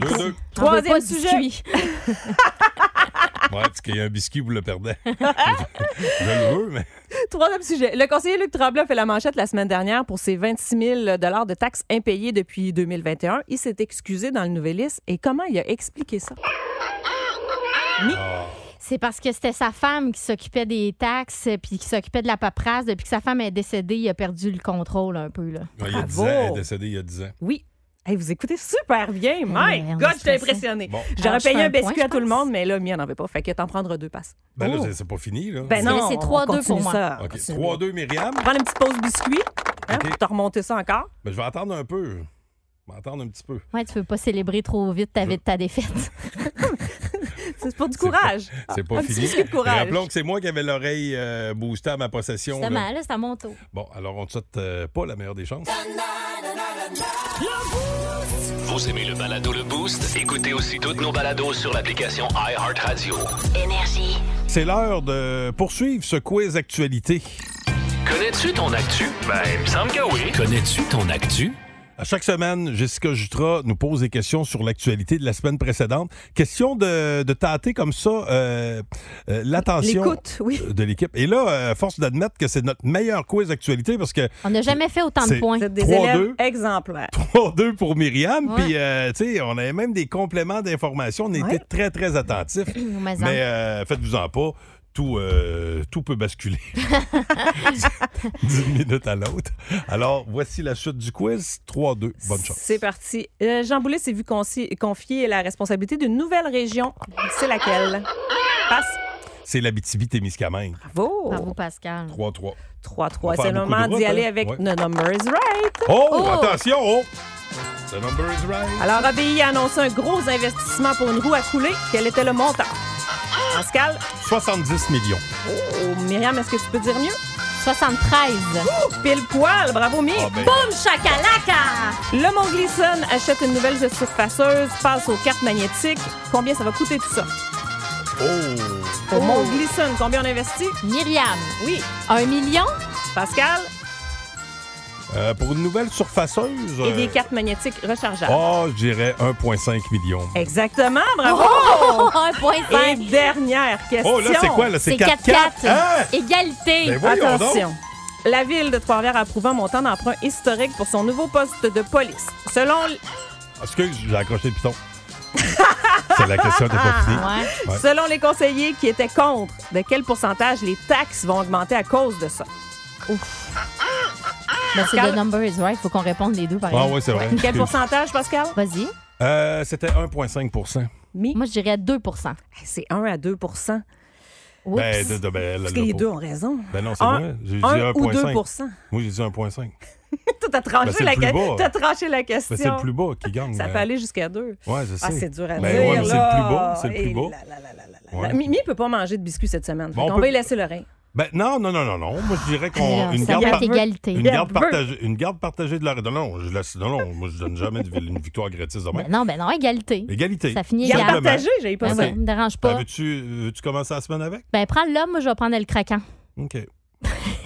[SPEAKER 3] Deux,
[SPEAKER 9] <laughs>
[SPEAKER 3] deux.
[SPEAKER 9] Troisième
[SPEAKER 8] pas de
[SPEAKER 9] sujet.
[SPEAKER 3] Ouais, parce qu'il y a un biscuit, vous le perdez. <laughs> je le veux, mais.
[SPEAKER 9] Troisième sujet. Le conseiller Luc Tremblay a fait la manchette la semaine dernière pour ses 26 000 de taxes impayées depuis 2021. Il s'est excusé dans le Nouvelliste. Et comment il a expliqué ça?
[SPEAKER 8] <laughs> C'est parce que c'était sa femme qui s'occupait des taxes euh, puis qui s'occupait de la paperasse. Depuis que sa femme est décédée, il a perdu le contrôle un peu. Là.
[SPEAKER 3] Ouais, il y a 10 ans, elle est décédée il y a 10 ans.
[SPEAKER 9] Oui. Hey, vous écoutez super bien. My
[SPEAKER 3] on est
[SPEAKER 9] God, je t'ai
[SPEAKER 3] stressé.
[SPEAKER 9] impressionné.
[SPEAKER 3] Bon.
[SPEAKER 9] J'aurais
[SPEAKER 3] Alors, je
[SPEAKER 9] payé
[SPEAKER 3] fais
[SPEAKER 9] un
[SPEAKER 3] un point,
[SPEAKER 9] biscuit à tout le monde, mais là, Mia n'en veut pas. Fait que t'en prendre deux, passe.
[SPEAKER 3] Ben là,
[SPEAKER 9] Oh.
[SPEAKER 3] c'est- c'est pas fini, là.
[SPEAKER 9] Ben non, Ah, on continue ça.
[SPEAKER 3] OK, 3-2, Myriam.
[SPEAKER 9] Prends une petite pause biscuit. Hein?
[SPEAKER 3] OK.
[SPEAKER 9] T'as remonté ça encore?
[SPEAKER 3] Ben, je vais attendre un peu. Je vais attendre un petit peu.
[SPEAKER 8] Ouais, tu peux pas célébrer trop vite ta, ta défaite.
[SPEAKER 9] c'est pour du courage.
[SPEAKER 3] C'est pas
[SPEAKER 8] un petit
[SPEAKER 3] fini.
[SPEAKER 8] biscuit de Ah, courage.
[SPEAKER 3] Rappelons que c'est moi qui avais l'oreille euh, boostée à ma possession. là.
[SPEAKER 8] Justement, là, c'est à mon tour.
[SPEAKER 3] Bon, alors on te souhaite euh, pas la meilleure des chances.
[SPEAKER 2] Vous aimez le balado Le Boost? Écoutez aussi toutes nos balados sur l'application iHeartRadio.
[SPEAKER 1] Énergie.
[SPEAKER 3] C'est l'heure de poursuivre ce quiz actualité.
[SPEAKER 2] Connais-tu ton actu? Ben, il me semble que oui. Connais-tu ton actu?
[SPEAKER 3] À chaque semaine, Jessica Jutra nous pose des questions sur l'actualité de la semaine précédente. Question de, de tâter comme ça euh, euh, l'attention
[SPEAKER 8] L'écoute, oui.
[SPEAKER 3] de l'équipe. Et là, euh, force d'admettre que c'est notre meilleur quiz actualité parce que <laughs>
[SPEAKER 8] On n'a jamais fait autant de
[SPEAKER 3] C'est-
[SPEAKER 8] points.
[SPEAKER 3] Vous êtes des élèves 3-2.
[SPEAKER 9] exemplaires.
[SPEAKER 3] 3-2 pour Myriam.
[SPEAKER 8] Ouais.
[SPEAKER 3] Puis, euh, tu sais, on avait même des compléments d'informations. On était très, très attentifs.
[SPEAKER 8] Mais en-
[SPEAKER 3] Mais euh, faites-vous-en pas. Tout, euh, tout peut basculer d'une minute à l'autre. Alors, voici la suite du quiz. 3-2. Bonne chance.
[SPEAKER 9] C'est parti. Euh, Jean Boulet s'est vu conci- confier la responsabilité d'une nouvelle région. C'est laquelle? Passe.
[SPEAKER 3] C'est l'Abitibi-Témiscamingue.
[SPEAKER 9] Bravo.
[SPEAKER 3] oh.
[SPEAKER 8] Bravo, Pascal.
[SPEAKER 3] 3-3.
[SPEAKER 9] 3-3.
[SPEAKER 3] On va
[SPEAKER 9] C'est
[SPEAKER 3] faire
[SPEAKER 9] le
[SPEAKER 3] beaucoup de
[SPEAKER 9] moment d'y
[SPEAKER 3] routes,
[SPEAKER 9] aller
[SPEAKER 3] hein?
[SPEAKER 9] avec
[SPEAKER 3] Ouais.
[SPEAKER 9] The Number is Right.
[SPEAKER 3] Oh, attention! oh! The number is right.
[SPEAKER 9] Alors, ABI a annoncé un gros investissement pour une roue à couler. Quel était le montant? Pascal?
[SPEAKER 3] 70 millions.
[SPEAKER 9] Oh, Myriam, est-ce que tu peux dire mieux?
[SPEAKER 8] 73.
[SPEAKER 9] pile poil. Bravo, Myriam.
[SPEAKER 3] Oh! ben.
[SPEAKER 8] Boum, chakalaka!
[SPEAKER 9] Le Mont Gleason achète une nouvelle surfaceuse, passe aux cartes magnétiques. Combien ça va coûter tout ça?
[SPEAKER 3] Oh!
[SPEAKER 9] Au Mont Gleason, combien on investit?
[SPEAKER 8] Myriam.
[SPEAKER 9] Oui.
[SPEAKER 8] Un million?
[SPEAKER 9] Pascal?
[SPEAKER 3] Euh, pour une nouvelle surfaceuse.
[SPEAKER 9] Et des
[SPEAKER 3] euh,
[SPEAKER 9] cartes magnétiques rechargeables.
[SPEAKER 3] Oh, je dirais 1,5 million.
[SPEAKER 9] Exactement, bravo!
[SPEAKER 16] <laughs>
[SPEAKER 8] Oh! 1,5.
[SPEAKER 9] Et dernière question.
[SPEAKER 3] Oh, là, c'est quoi, là? C'est C'est 4-4. 4-4. Hein?
[SPEAKER 8] Égalité.
[SPEAKER 3] Ben voyons donc.
[SPEAKER 9] Attention. La ville de Trois-Rivières a approuvé un montant d'emprunt historique pour son nouveau poste de police. Selon, l-
[SPEAKER 3] Hein? Excuse, j'ai accroché le piton. C'est la question n'était pas finie. Ouais.
[SPEAKER 9] selon les conseillers qui étaient contre, de quel pourcentage les taxes vont augmenter à cause de ça? Ouf.
[SPEAKER 16] Ben,
[SPEAKER 8] Mais c'est le number is right. Faut qu'on réponde les deux, par
[SPEAKER 3] Ah
[SPEAKER 8] exemple.
[SPEAKER 3] ouais, c'est vrai.
[SPEAKER 9] Quel
[SPEAKER 3] Excuse.
[SPEAKER 9] pourcentage, Pascal?
[SPEAKER 8] Vas-y.
[SPEAKER 3] Euh, C'était 1,5
[SPEAKER 8] Moi, je dirais 2
[SPEAKER 9] C'est 1 à 2
[SPEAKER 8] Oups.
[SPEAKER 3] Ben, de- de- ben, elle,
[SPEAKER 9] Parce
[SPEAKER 3] elle
[SPEAKER 9] que
[SPEAKER 3] l'a
[SPEAKER 9] les
[SPEAKER 3] pas.
[SPEAKER 9] deux ont raison.
[SPEAKER 3] Ben non, c'est
[SPEAKER 9] Un-
[SPEAKER 3] moi. J'ai dit
[SPEAKER 9] un
[SPEAKER 3] 1,5.
[SPEAKER 9] ou <laughs> 2%.
[SPEAKER 3] Moi, j'ai dit 1,5.
[SPEAKER 9] Toi, t'as tranché,
[SPEAKER 3] Ben, c'est
[SPEAKER 9] la...
[SPEAKER 3] le plus bas.
[SPEAKER 9] t'as tranché la
[SPEAKER 3] Ben,
[SPEAKER 9] question.
[SPEAKER 3] c'est le plus bas qui gagne.
[SPEAKER 9] Ça peut
[SPEAKER 3] euh.
[SPEAKER 9] aller jusqu'à 2.
[SPEAKER 3] Ouais, je sais.
[SPEAKER 9] Ah, c'est dur à
[SPEAKER 3] Ben
[SPEAKER 9] dire.
[SPEAKER 3] ouais, mais c'est le plus
[SPEAKER 9] là.
[SPEAKER 3] bas. C'est le
[SPEAKER 9] Et
[SPEAKER 3] plus bas.
[SPEAKER 9] là, là, là, là, là, là.
[SPEAKER 3] Ouais.
[SPEAKER 9] Mimi peut pas manger de biscuits cette semaine.
[SPEAKER 3] Bon,
[SPEAKER 9] on
[SPEAKER 3] on peut-
[SPEAKER 9] va y laisser le rein.
[SPEAKER 3] Ben, non, non, non, non, non. Moi, je dirais qu'on.
[SPEAKER 16] Euh,
[SPEAKER 9] Alors, ça veut
[SPEAKER 3] par-
[SPEAKER 9] égalité.
[SPEAKER 3] Une
[SPEAKER 9] Bien
[SPEAKER 3] garde,
[SPEAKER 9] peu.
[SPEAKER 3] partagée, une garde partagée de la. Non, non, je laisse. Non, non. Moi, je donne jamais de- une victoire gratis de même.
[SPEAKER 16] Non, ben non, égalité.
[SPEAKER 3] Égalité.
[SPEAKER 16] Ça finit
[SPEAKER 3] Simplement.
[SPEAKER 16] égal.
[SPEAKER 9] j'ai
[SPEAKER 16] Ben oui,
[SPEAKER 3] Ok.
[SPEAKER 16] Ça me dérange
[SPEAKER 3] Ben,
[SPEAKER 16] pas.
[SPEAKER 3] veux-tu, veux-tu commencer la semaine avec?
[SPEAKER 16] Ben, prends l'homme, moi, je vais prendre le craquant.
[SPEAKER 3] OK.
[SPEAKER 9] <laughs>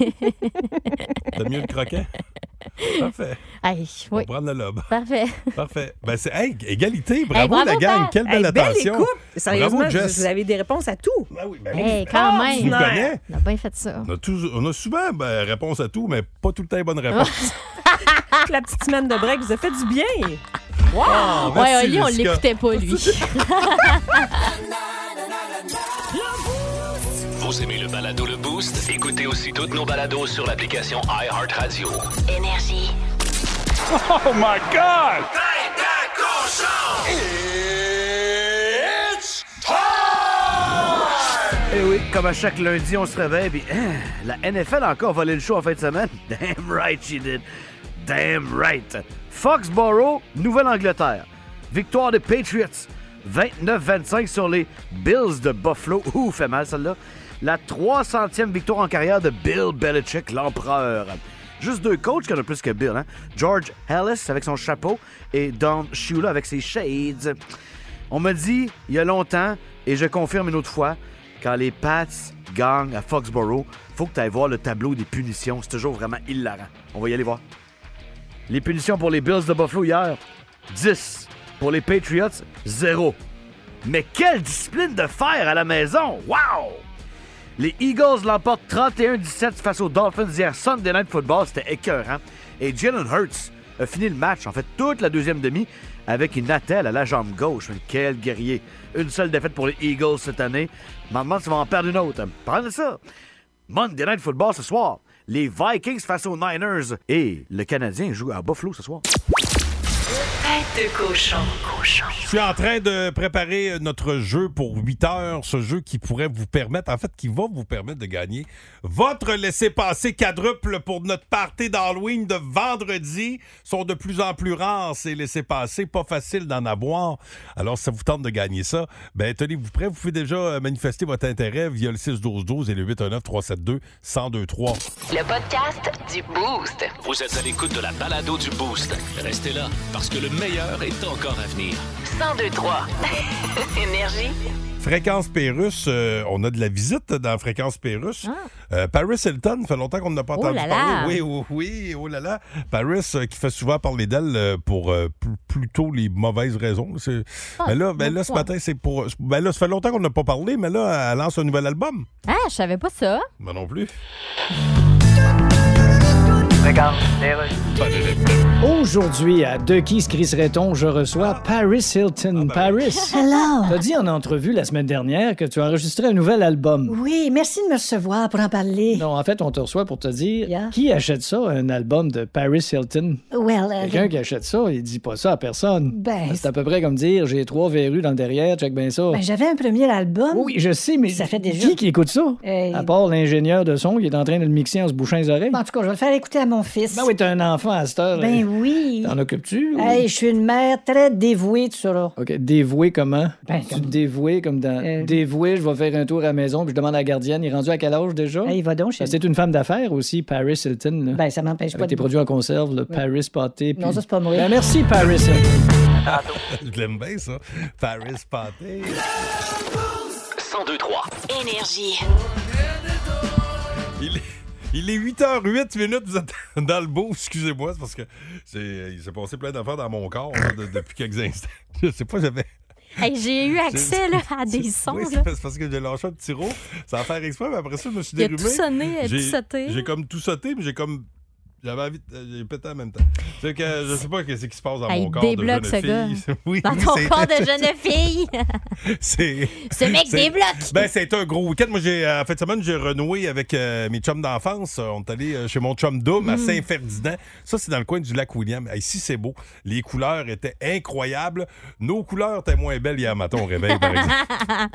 [SPEAKER 3] T'as mieux le croquet? Parfait.
[SPEAKER 16] Aïe,
[SPEAKER 3] On
[SPEAKER 16] oui.
[SPEAKER 3] va prendre le lobe.
[SPEAKER 16] Parfait.
[SPEAKER 3] Parfait. Ben, c'est hey, égalité. Bravo,
[SPEAKER 16] bravo,
[SPEAKER 3] la gang.
[SPEAKER 16] Pat.
[SPEAKER 3] Quelle belle
[SPEAKER 9] Hey,
[SPEAKER 3] attention.
[SPEAKER 9] écoute. Sérieusement,
[SPEAKER 3] bravo,
[SPEAKER 9] je-
[SPEAKER 3] Jess.
[SPEAKER 9] vous avez des réponses à tout.
[SPEAKER 3] Ben oui,
[SPEAKER 16] Hey, quand
[SPEAKER 3] Tu
[SPEAKER 16] même.
[SPEAKER 3] nous connais?
[SPEAKER 16] On a bien fait ça.
[SPEAKER 3] On a, tous- on a souvent ben, réponse à tout, mais pas tout le temps les bonnes réponses.
[SPEAKER 9] La petite semaine de break vous a fait du bien. Wow!
[SPEAKER 3] <laughs> Ah, merci,
[SPEAKER 16] ouais, lui, on
[SPEAKER 3] Jessica.
[SPEAKER 16] l'écoutait pas, lui.
[SPEAKER 3] <laughs>
[SPEAKER 2] Vous aimez le balado Le Boost? Écoutez aussi toutes nos balados sur l'application iHeartRadio.
[SPEAKER 1] Énergie.
[SPEAKER 2] Oh my God!
[SPEAKER 17] Eh oui, comme à chaque lundi, on se réveille, puis hein, la NFL a encore volé le show en fin de semaine. Damn right she did. Damn right. Foxborough, Nouvelle-Angleterre. Victoire des Patriots. 29-25 sur les Bills de Buffalo. Ouh, fait mal celle-là. La 300e victoire en carrière de Bill Belichick, l'empereur. Juste deux coachs qu'on a plus que Bill. Hein? George Ellis avec son chapeau et Don Shula avec ses shades. On me dit, il y a longtemps, et je confirme une autre fois, quand les Pats gagnent à Foxborough, faut que tu ailles voir le tableau des punitions. C'est toujours vraiment hilarant. On va y aller voir. Les punitions pour les Bills de Buffalo hier, 10. Pour les Patriots, 0. Mais quelle discipline de fer à la maison! Wow! Les Eagles l'emportent 31-17 face aux Dolphins hier Sunday Night Football. C'était écœurant. Et Jalen Hurts a fini le match, en fait, toute la deuxième demi, avec une attelle à la jambe gauche. Mais Quel guerrier! Une seule défaite pour les Eagles cette année. Maintenant, tu vas en perdre une autre. Parle de ça! Monday Night Football ce soir. Les Vikings face aux Niners. Et le Canadien joue à Buffalo ce soir.
[SPEAKER 1] Tête de cochon. Cochon.
[SPEAKER 3] Je suis en train de préparer notre jeu pour 8 heures, ce jeu qui pourrait vous permettre, en fait, qui va vous permettre de gagner votre laissez-passer quadruple pour notre party d'Halloween de vendredi. Sont de plus en plus rares ces laissez-passer, pas facile d'en avoir. Alors, si ça vous tente de gagner ça, ben tenez-vous prêts, vous pouvez déjà euh, manifester votre intérêt via le 6-12-12 et le 819-372-1023.
[SPEAKER 1] Le podcast du Boost.
[SPEAKER 2] Vous êtes à l'écoute de la balado du Boost. Restez là, parce que le meilleur est encore à venir.
[SPEAKER 1] 1023. <laughs> Énergie.
[SPEAKER 3] Fréquence Pérus, euh, on a de la visite dans Fréquence Pérus. Euh, Paris Hilton, fait longtemps qu'on n'a pas
[SPEAKER 2] Oh
[SPEAKER 3] entendu
[SPEAKER 2] là là.
[SPEAKER 3] parler. Oui, oui, oui, oh là là. Paris euh, qui fait souvent parler d'elle euh, pour euh, pl- plutôt les mauvaises raisons. C'est-
[SPEAKER 8] Ah,
[SPEAKER 3] mais là, ben là, ce
[SPEAKER 8] pourquoi?
[SPEAKER 3] matin, c'est pour. Ben là, ça fait longtemps qu'on n'a pas parlé, mais là, elle lance un nouvel album.
[SPEAKER 8] Ah, je savais pas ça.
[SPEAKER 3] Moi non plus.
[SPEAKER 5] Aujourd'hui, à De qui se crisserait-on, je reçois Paris Hilton.
[SPEAKER 17] Ah, ben
[SPEAKER 5] Paris.
[SPEAKER 18] Hello.
[SPEAKER 5] T'as dit en entrevue la semaine dernière que tu enregistrais un nouvel album.
[SPEAKER 18] Oui, merci de me recevoir pour en parler.
[SPEAKER 5] Non, en fait, on te reçoit pour te dire
[SPEAKER 18] Yeah.
[SPEAKER 5] qui achète ça, un album de Paris Hilton?
[SPEAKER 18] Well, euh,
[SPEAKER 5] Quelqu'un qui achète ça, il dit pas ça à personne.
[SPEAKER 18] Ben,
[SPEAKER 5] c'est à peu près comme dire j'ai trois verrues dans le derrière, check bien ça.
[SPEAKER 18] ben, j'avais un premier album.
[SPEAKER 5] Oui, je sais, mais
[SPEAKER 18] ça fait déjà.
[SPEAKER 5] qui qui écoute ça?
[SPEAKER 18] Euh,
[SPEAKER 5] À part l'ingénieur de son qui est en train de le mixer en se bouchant les oreilles.
[SPEAKER 18] En tout cas, je vais le faire écouter à mon fils.
[SPEAKER 5] Ben oui, t'as un enfant à cette heure.
[SPEAKER 18] Ben
[SPEAKER 5] euh,
[SPEAKER 18] oui.
[SPEAKER 5] T'en occupes-tu? ou-
[SPEAKER 18] Hey, je suis une mère très dévouée, tu sauras.
[SPEAKER 5] OK. Dévoué comment?
[SPEAKER 18] Ben,
[SPEAKER 5] tu
[SPEAKER 18] comme- Euh,
[SPEAKER 5] te dévoué comme dans. Dévoué, je vais faire un tour à la maison, puis je demande à la gardienne, il est rendu à quel âge déjà?
[SPEAKER 18] Hey, il va donc chez
[SPEAKER 5] Ah C'est une femme d'affaires aussi, Paris Hilton. Ben, ça m'empêche
[SPEAKER 18] pas de-
[SPEAKER 5] tes produits en conserve, le Paris Pâté. puis-
[SPEAKER 18] Non, ça, c'est pas moi.
[SPEAKER 5] Ben, merci, Paris Hilton.
[SPEAKER 3] <laughs> Je l'aime bien, ça. Paris Pâté.
[SPEAKER 2] 1023.
[SPEAKER 1] Énergie.
[SPEAKER 3] Il est, il est 8h08 minutes, vous êtes dans le beau, excusez-moi, c'est parce que c'est- il s'est passé plein d'affaires dans mon corps là, de- depuis quelques instants. <laughs> Je sais pas, j'avais.
[SPEAKER 16] Hey, j'ai eu accès là, à Ah, des sons.
[SPEAKER 3] <laughs> Oui,
[SPEAKER 16] là.
[SPEAKER 3] c'est parce- parce que j'ai lâché un petit rot sans faire exprès, mais après ça, je me suis
[SPEAKER 16] Il a
[SPEAKER 3] dérumé.
[SPEAKER 16] tout sonné, euh,
[SPEAKER 3] J'ai-
[SPEAKER 16] tout sauté.
[SPEAKER 3] J'ai comme tout sauté, mais j'ai comme. J'avais envie de- euh, J'ai pété en même temps. C'est que je sais pas ce qui se passe dans
[SPEAKER 16] Ah,
[SPEAKER 8] Hey,
[SPEAKER 3] mon corps de jeune
[SPEAKER 8] débloque ce
[SPEAKER 3] fille.
[SPEAKER 8] gars.
[SPEAKER 3] <laughs> Oui,
[SPEAKER 8] Dans ton
[SPEAKER 3] c'est-
[SPEAKER 8] corps de jeune fille.
[SPEAKER 3] C'est-
[SPEAKER 8] Ce mec
[SPEAKER 3] c'est-
[SPEAKER 8] débloque.
[SPEAKER 3] Ben, c'était un gros week-end. Moi, j'ai, euh, en fin de semaine, j'ai renoué avec euh, mes chums d'enfance. Euh, On est allé euh, chez mon chum Doom à
[SPEAKER 19] Mm.
[SPEAKER 3] Saint-Ferdinand. Ça, c'est dans le coin du lac William. Hey, Ici, c'est beau. Les couleurs étaient incroyables. Nos couleurs étaient moins belles hier matin au réveil, par
[SPEAKER 8] <laughs>
[SPEAKER 3] exemple.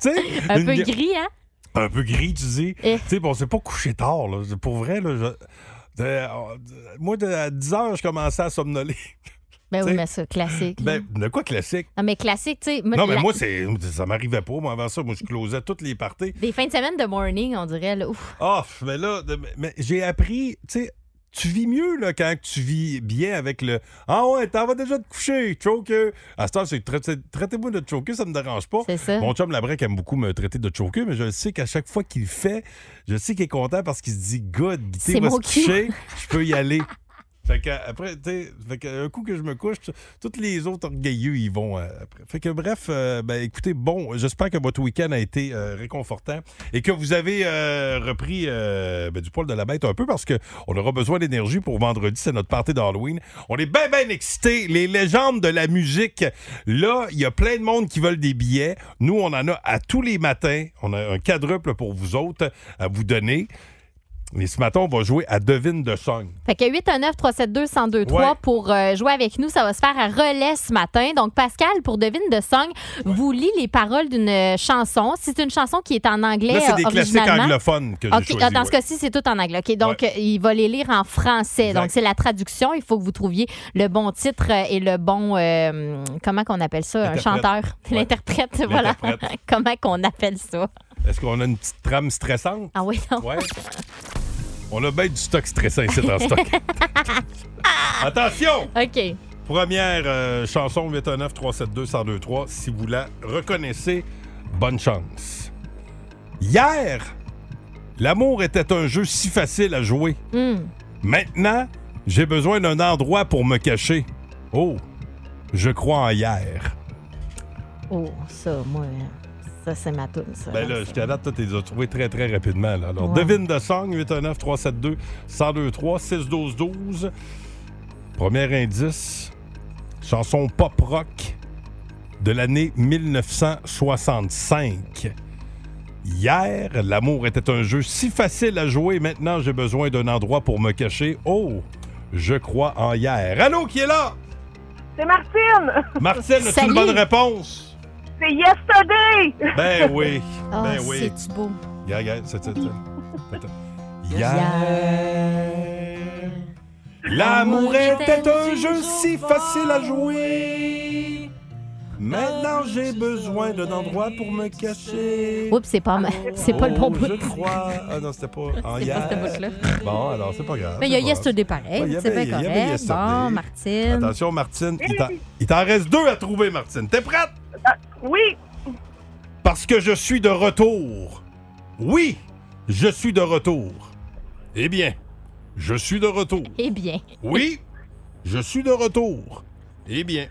[SPEAKER 3] Tu sais,
[SPEAKER 8] Un
[SPEAKER 3] une
[SPEAKER 8] peu
[SPEAKER 3] gue-
[SPEAKER 8] gris, Eh. hein?
[SPEAKER 3] Un peu gris, tu dis. Tu sais, puis on s'est pas couché tard. Là. Pour vrai, là, je- de- on- de- moi, de- à 10 h je commençais à somnoler.
[SPEAKER 8] Ben oui,
[SPEAKER 3] T'sais.
[SPEAKER 8] mais ça, classique. là.
[SPEAKER 3] Ben, de quoi classique?
[SPEAKER 8] Ah, mais classique, tu sais.
[SPEAKER 3] Non, mais
[SPEAKER 8] la-
[SPEAKER 3] moi, c'est, ça m'arrivait pas. Moi, avant ça, moi, je closais toutes les parties.
[SPEAKER 8] Des fins de semaine de morning, on dirait, là. Ouf.
[SPEAKER 3] Ah, mais là, de- mais j'ai appris, tu sais, tu vis mieux là, quand tu vis bien avec le Ah ouais, t'en vas déjà te coucher, choker. À ce temps, c'est tra- tra- traitez-moi de choker, ça me dérange pas.
[SPEAKER 8] ça.
[SPEAKER 3] Mon chum Labrec aime beaucoup me traiter de choker, mais je sais qu'à chaque fois qu'il le fait, je sais qu'il est content parce qu'il se dit Good,
[SPEAKER 19] C'est
[SPEAKER 3] Guité va se
[SPEAKER 19] mon cul.
[SPEAKER 3] coucher, je peux y aller. Fait que après, tu sais, fait que un coup que je me couche, t- toutes les autres orgueilleux ils vont euh, après. Fait que bref, euh, ben écoutez, bon, j'espère que votre week-end a été euh, réconfortant et que vous avez euh, repris euh, ben, du poil de la bête un peu parce que on aura besoin d'énergie pour vendredi, c'est notre party d'Halloween. On est bien bien excités, les légendes de la musique. Là, il y a plein de monde qui veulent des billets. Nous, on en a à tous les matins. On a un quadruple pour vous autres à vous donner. Mais ce matin, on va jouer à Devine de Song.
[SPEAKER 8] Fait que 819 372 1023
[SPEAKER 3] Ouais.
[SPEAKER 8] pour euh, jouer avec nous, ça va se faire à relais ce matin. Donc Pascal pour devine de song, vous lit les paroles d'une euh, chanson. Si c'est une chanson qui est en anglais
[SPEAKER 3] Là, c'est
[SPEAKER 8] euh,
[SPEAKER 3] des classiques
[SPEAKER 8] originalement-
[SPEAKER 3] anglophones que j'ai
[SPEAKER 8] OK,
[SPEAKER 3] choisis,
[SPEAKER 8] ah, dans ce
[SPEAKER 3] ouais.
[SPEAKER 8] cas-ci, c'est tout en anglais. OK, donc euh, il va les lire en français.
[SPEAKER 3] Exact.
[SPEAKER 8] Donc c'est la traduction, il faut que vous trouviez le bon titre euh, et le bon euh, comment qu'on appelle ça, un
[SPEAKER 3] Interprète.
[SPEAKER 8] chanteur, <laughs> l'interprète, voilà.
[SPEAKER 3] L'interprète.
[SPEAKER 8] <laughs> comment qu'on appelle ça
[SPEAKER 3] Est-ce qu'on a une petite trame stressante?
[SPEAKER 8] Ah oui, non. <laughs>
[SPEAKER 3] Ouais. On a bien du stock stressant ici dans le
[SPEAKER 8] <laughs>
[SPEAKER 3] stock. Attention!
[SPEAKER 8] OK.
[SPEAKER 3] Première euh, chanson 819 372 1023 Si vous la reconnaissez, bonne chance. Hier, l'amour était un jeu si facile à jouer.
[SPEAKER 8] Hmm.
[SPEAKER 3] Maintenant, j'ai besoin d'un endroit pour me cacher. Oh, je crois en hier.
[SPEAKER 8] Oh, ça moi ça c'est ma toune ça.
[SPEAKER 3] Ben là, jusqu'à date, toi, tu les as trouvés très, très rapidement. là. Alors,
[SPEAKER 8] Ouais.
[SPEAKER 3] devine de song, 819-372-1023-612-12. Premier indice, chanson pop rock de l'année 1965. Hier, l'amour était un jeu si facile à jouer. Maintenant, j'ai besoin d'un endroit pour me cacher. Oh, je crois en hier. Allô, qui est là?
[SPEAKER 20] C'est Martine!
[SPEAKER 3] Marcel, as-tu une bonne réponse?
[SPEAKER 20] C'est Yesterday!
[SPEAKER 3] Ben oui,
[SPEAKER 20] Ah,
[SPEAKER 3] ben oui.
[SPEAKER 20] c'est-tu beau.
[SPEAKER 3] Regarde, regarde, c'est- c'est- c'est- attends. Hier, l'amour était un jeu si facile à jouer. Maintenant, j'ai besoin d'un endroit pour me cacher.
[SPEAKER 8] Oups, c'est pas ma- <laughs> c'est pas le bon
[SPEAKER 3] Oh,
[SPEAKER 8] bout.
[SPEAKER 3] Je crois. Ah non, c'était pas en
[SPEAKER 8] <laughs> C'est pas
[SPEAKER 3] hier.
[SPEAKER 8] cette boucle-là.
[SPEAKER 3] Bon, alors, c'est pas grave.
[SPEAKER 8] Mais il y a
[SPEAKER 3] c'est pas grave.
[SPEAKER 8] Yesterday
[SPEAKER 3] Ouais, il
[SPEAKER 8] pareil,
[SPEAKER 3] y
[SPEAKER 8] c'est
[SPEAKER 3] avait-
[SPEAKER 8] bien
[SPEAKER 3] il y avait
[SPEAKER 8] correct.
[SPEAKER 3] Yesterday.
[SPEAKER 8] Bon, Martine.
[SPEAKER 3] Attention, Martine, il t'en- il t'en reste deux à trouver, Martine. T'es prête?
[SPEAKER 20] oui!
[SPEAKER 3] Parce que je suis de retour. Oui, je suis de retour. Eh bien, je suis de retour.
[SPEAKER 8] Eh bien.
[SPEAKER 3] Oui, je suis de retour. Eh bien,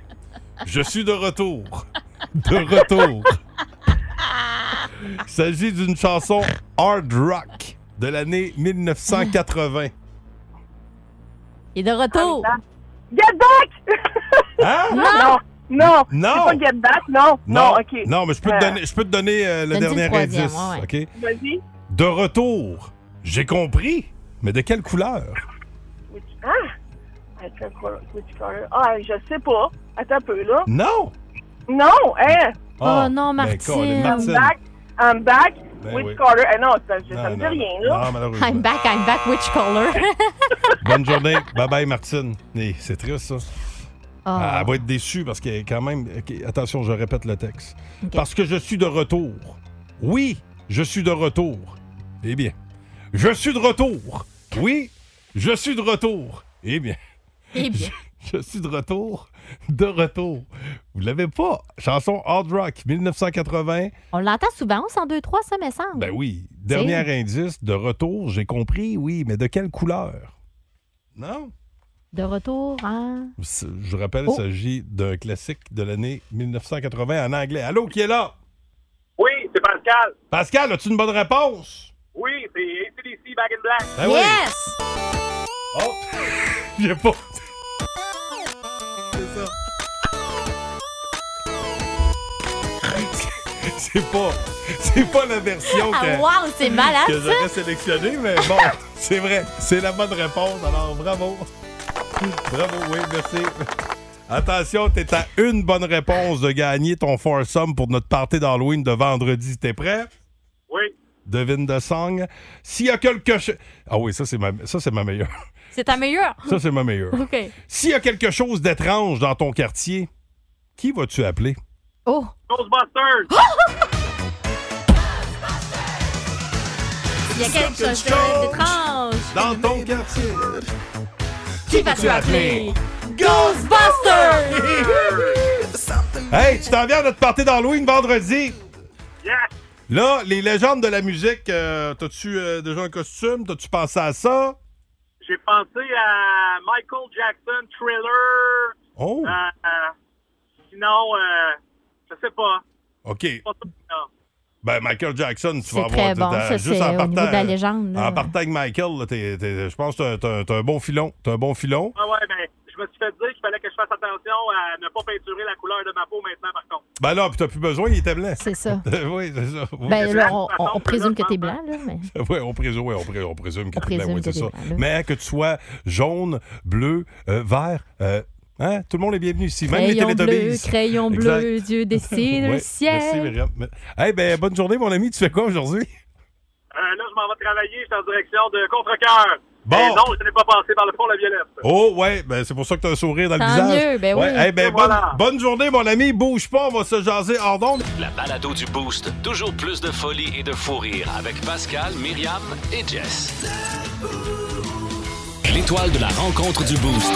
[SPEAKER 3] je suis de retour. De retour. Il s'agit d'une chanson hard rock de l'année 1980.
[SPEAKER 8] Il est de retour.
[SPEAKER 20] Get back!
[SPEAKER 3] Hein?
[SPEAKER 20] Non! <laughs> Non!
[SPEAKER 3] Non.
[SPEAKER 20] C'est pas Get back, non! Non, ok.
[SPEAKER 3] Non, mais je peux te
[SPEAKER 20] Euh,
[SPEAKER 3] donner, je peux te donner euh, le
[SPEAKER 20] donne-tu le
[SPEAKER 3] dernier
[SPEAKER 20] troisième,
[SPEAKER 3] indice.
[SPEAKER 20] ouais,
[SPEAKER 3] OK?
[SPEAKER 20] Vas-y.
[SPEAKER 3] De retour. J'ai compris. Mais de quelle couleur?
[SPEAKER 20] Which- Ah! Avec le color- which color? Ah, je sais pas. Attends un peu, là.
[SPEAKER 3] Non!
[SPEAKER 20] Non, hein?
[SPEAKER 3] Oh, Oh, non, ben, Martine. Colin, Martine.
[SPEAKER 20] I'm back. I'm back.
[SPEAKER 3] Ben
[SPEAKER 20] which
[SPEAKER 3] oui.
[SPEAKER 20] color? Eh non, ça, ça
[SPEAKER 3] Non,
[SPEAKER 20] me dit
[SPEAKER 3] non,
[SPEAKER 20] rien,
[SPEAKER 3] non.
[SPEAKER 20] là.
[SPEAKER 3] Non, malheureusement. I'm
[SPEAKER 8] back, I'm back, which color?
[SPEAKER 3] Bonne journée. Bye bye, Martine. Eh, c'est triste, ça.
[SPEAKER 8] Ah.
[SPEAKER 3] Elle va être déçue parce que, quand même, ok, attention, je répète le texte.
[SPEAKER 8] Ok.
[SPEAKER 3] Parce que je suis de retour. Oui, je suis de retour. Eh bien, je suis de retour. Oui, je suis de retour. Eh bien,
[SPEAKER 8] Eh bien.
[SPEAKER 3] je suis de retour. De retour. Vous l'avez pas. Chanson Hard Rock 1980.
[SPEAKER 8] On l'entend souvent, on 102-3, ça me semble.
[SPEAKER 3] Ben oui. Dernier indice, de retour, j'ai compris, oui, mais de quelle couleur? Non.
[SPEAKER 8] De retour en.
[SPEAKER 3] C'est- Je vous rappelle,
[SPEAKER 8] Oh.
[SPEAKER 3] il s'agit d'un classique de l'année 1980 en anglais. Allô, qui est là?
[SPEAKER 21] Oui, c'est Pascal.
[SPEAKER 3] Pascal, as-tu une bonne réponse?
[SPEAKER 21] Oui, c'est ACDC Back in Black.
[SPEAKER 3] Ben oui.
[SPEAKER 21] Yes!
[SPEAKER 3] Oh! <laughs> J'ai pas. <laughs> C'est pas. C'est pas la version
[SPEAKER 8] <laughs> Ah,
[SPEAKER 3] que,
[SPEAKER 8] wow,
[SPEAKER 3] <laughs>
[SPEAKER 8] c'est malade,
[SPEAKER 3] que j'aurais
[SPEAKER 8] ça.
[SPEAKER 3] sélectionnée, mais bon, c'est vrai. C'est la bonne réponse. Alors, bravo. Bravo, oui, merci. Attention, t'es à une bonne réponse de gagner ton foursome pour notre party d'Halloween de vendredi. T'es prêt?
[SPEAKER 20] Oui.
[SPEAKER 3] Devine de song. S'il y a quelque chose. Ah oui, ça, c'est ma, ça, c'est ma meilleure.
[SPEAKER 8] C'est ta meilleure.
[SPEAKER 3] Ça, c'est ma meilleure.
[SPEAKER 8] OK.
[SPEAKER 3] S'il y a quelque chose d'étrange dans ton quartier, qui vas-tu appeler?
[SPEAKER 8] Oh.
[SPEAKER 20] Ghostbusters!
[SPEAKER 8] Il y a quelque chose d'étrange.
[SPEAKER 3] Dans ton quartier.
[SPEAKER 8] Qui vas-tu appeler? Ghostbusters!
[SPEAKER 3] Hey, tu t'en viens à notre party d'Halloween vendredi? Là, les légendes de la musique, euh, t'as-tu euh, déjà un costume? T'as-tu pensé à ça?
[SPEAKER 20] J'ai pensé à Michael Jackson, Thriller.
[SPEAKER 3] Oh.
[SPEAKER 20] Euh, euh, sinon, euh, je sais pas.
[SPEAKER 3] OK.
[SPEAKER 20] Pas ça, non.
[SPEAKER 3] Ben, Michael Jackson, tu
[SPEAKER 8] C'est
[SPEAKER 3] vas avoir
[SPEAKER 8] très bon,
[SPEAKER 3] t'as-
[SPEAKER 8] ça, c'est au niveau de la légende, là.
[SPEAKER 3] euh, En partant avec Michael, là, t'es- t'es- je pense que t'as- t'as t'as un bon filon. T'as un bon filon.
[SPEAKER 20] Ah ouais, ben, je me suis fait dire qu'il fallait que je fasse attention à ne pas peinturer la couleur de ma peau maintenant, par contre.
[SPEAKER 3] Ben là, puis t'as plus besoin, il était blanc.
[SPEAKER 8] C'est ça.
[SPEAKER 3] <laughs> oui, c'est ça. Oui.
[SPEAKER 8] Ben, là, on, on- on présume que t'es blanc, là, mais.
[SPEAKER 3] Oui, on présume, <laughs> ouais, on, pré- on présume que
[SPEAKER 8] On
[SPEAKER 3] t'es blanc,
[SPEAKER 8] présume
[SPEAKER 3] oui,
[SPEAKER 8] que
[SPEAKER 3] c'est
[SPEAKER 8] t'es
[SPEAKER 3] ça.
[SPEAKER 8] blanc, là.
[SPEAKER 3] Mais hein, que tu sois jaune, bleu, euh, vert, euh, hein, tout le monde est bienvenu ici, même les
[SPEAKER 8] Crayon bleu,
[SPEAKER 3] Teletubbies. <laughs>
[SPEAKER 8] crayon
[SPEAKER 3] Exact. <laughs>
[SPEAKER 8] bleu, Dieu dessine
[SPEAKER 3] Ouais,
[SPEAKER 8] le
[SPEAKER 3] Merci,
[SPEAKER 8] ciel.
[SPEAKER 3] Myriam. Hey, ben, bonne journée, mon ami. Tu fais quoi aujourd'hui?
[SPEAKER 20] Euh, là, je m'en vais travailler, je suis en direction de Contrecoeur.
[SPEAKER 3] Bon.
[SPEAKER 20] Et non, je n'ai pas passé par le pont La Violette.
[SPEAKER 3] Oh, ouais, ben, c'est pour ça que t'as un sourire dans
[SPEAKER 20] Tant
[SPEAKER 3] le visage.
[SPEAKER 20] mieux, ben oui.
[SPEAKER 3] Ouais, hey, ben,
[SPEAKER 20] Et
[SPEAKER 3] bonne,
[SPEAKER 20] voilà.
[SPEAKER 3] bonne journée, mon ami. Bouge pas, on va se jaser hors d'onde.
[SPEAKER 2] La balado du Boost. Toujours plus de folie et de fou rire avec Pascal, Myriam et Jess. L'étoile de la rencontre du Boost.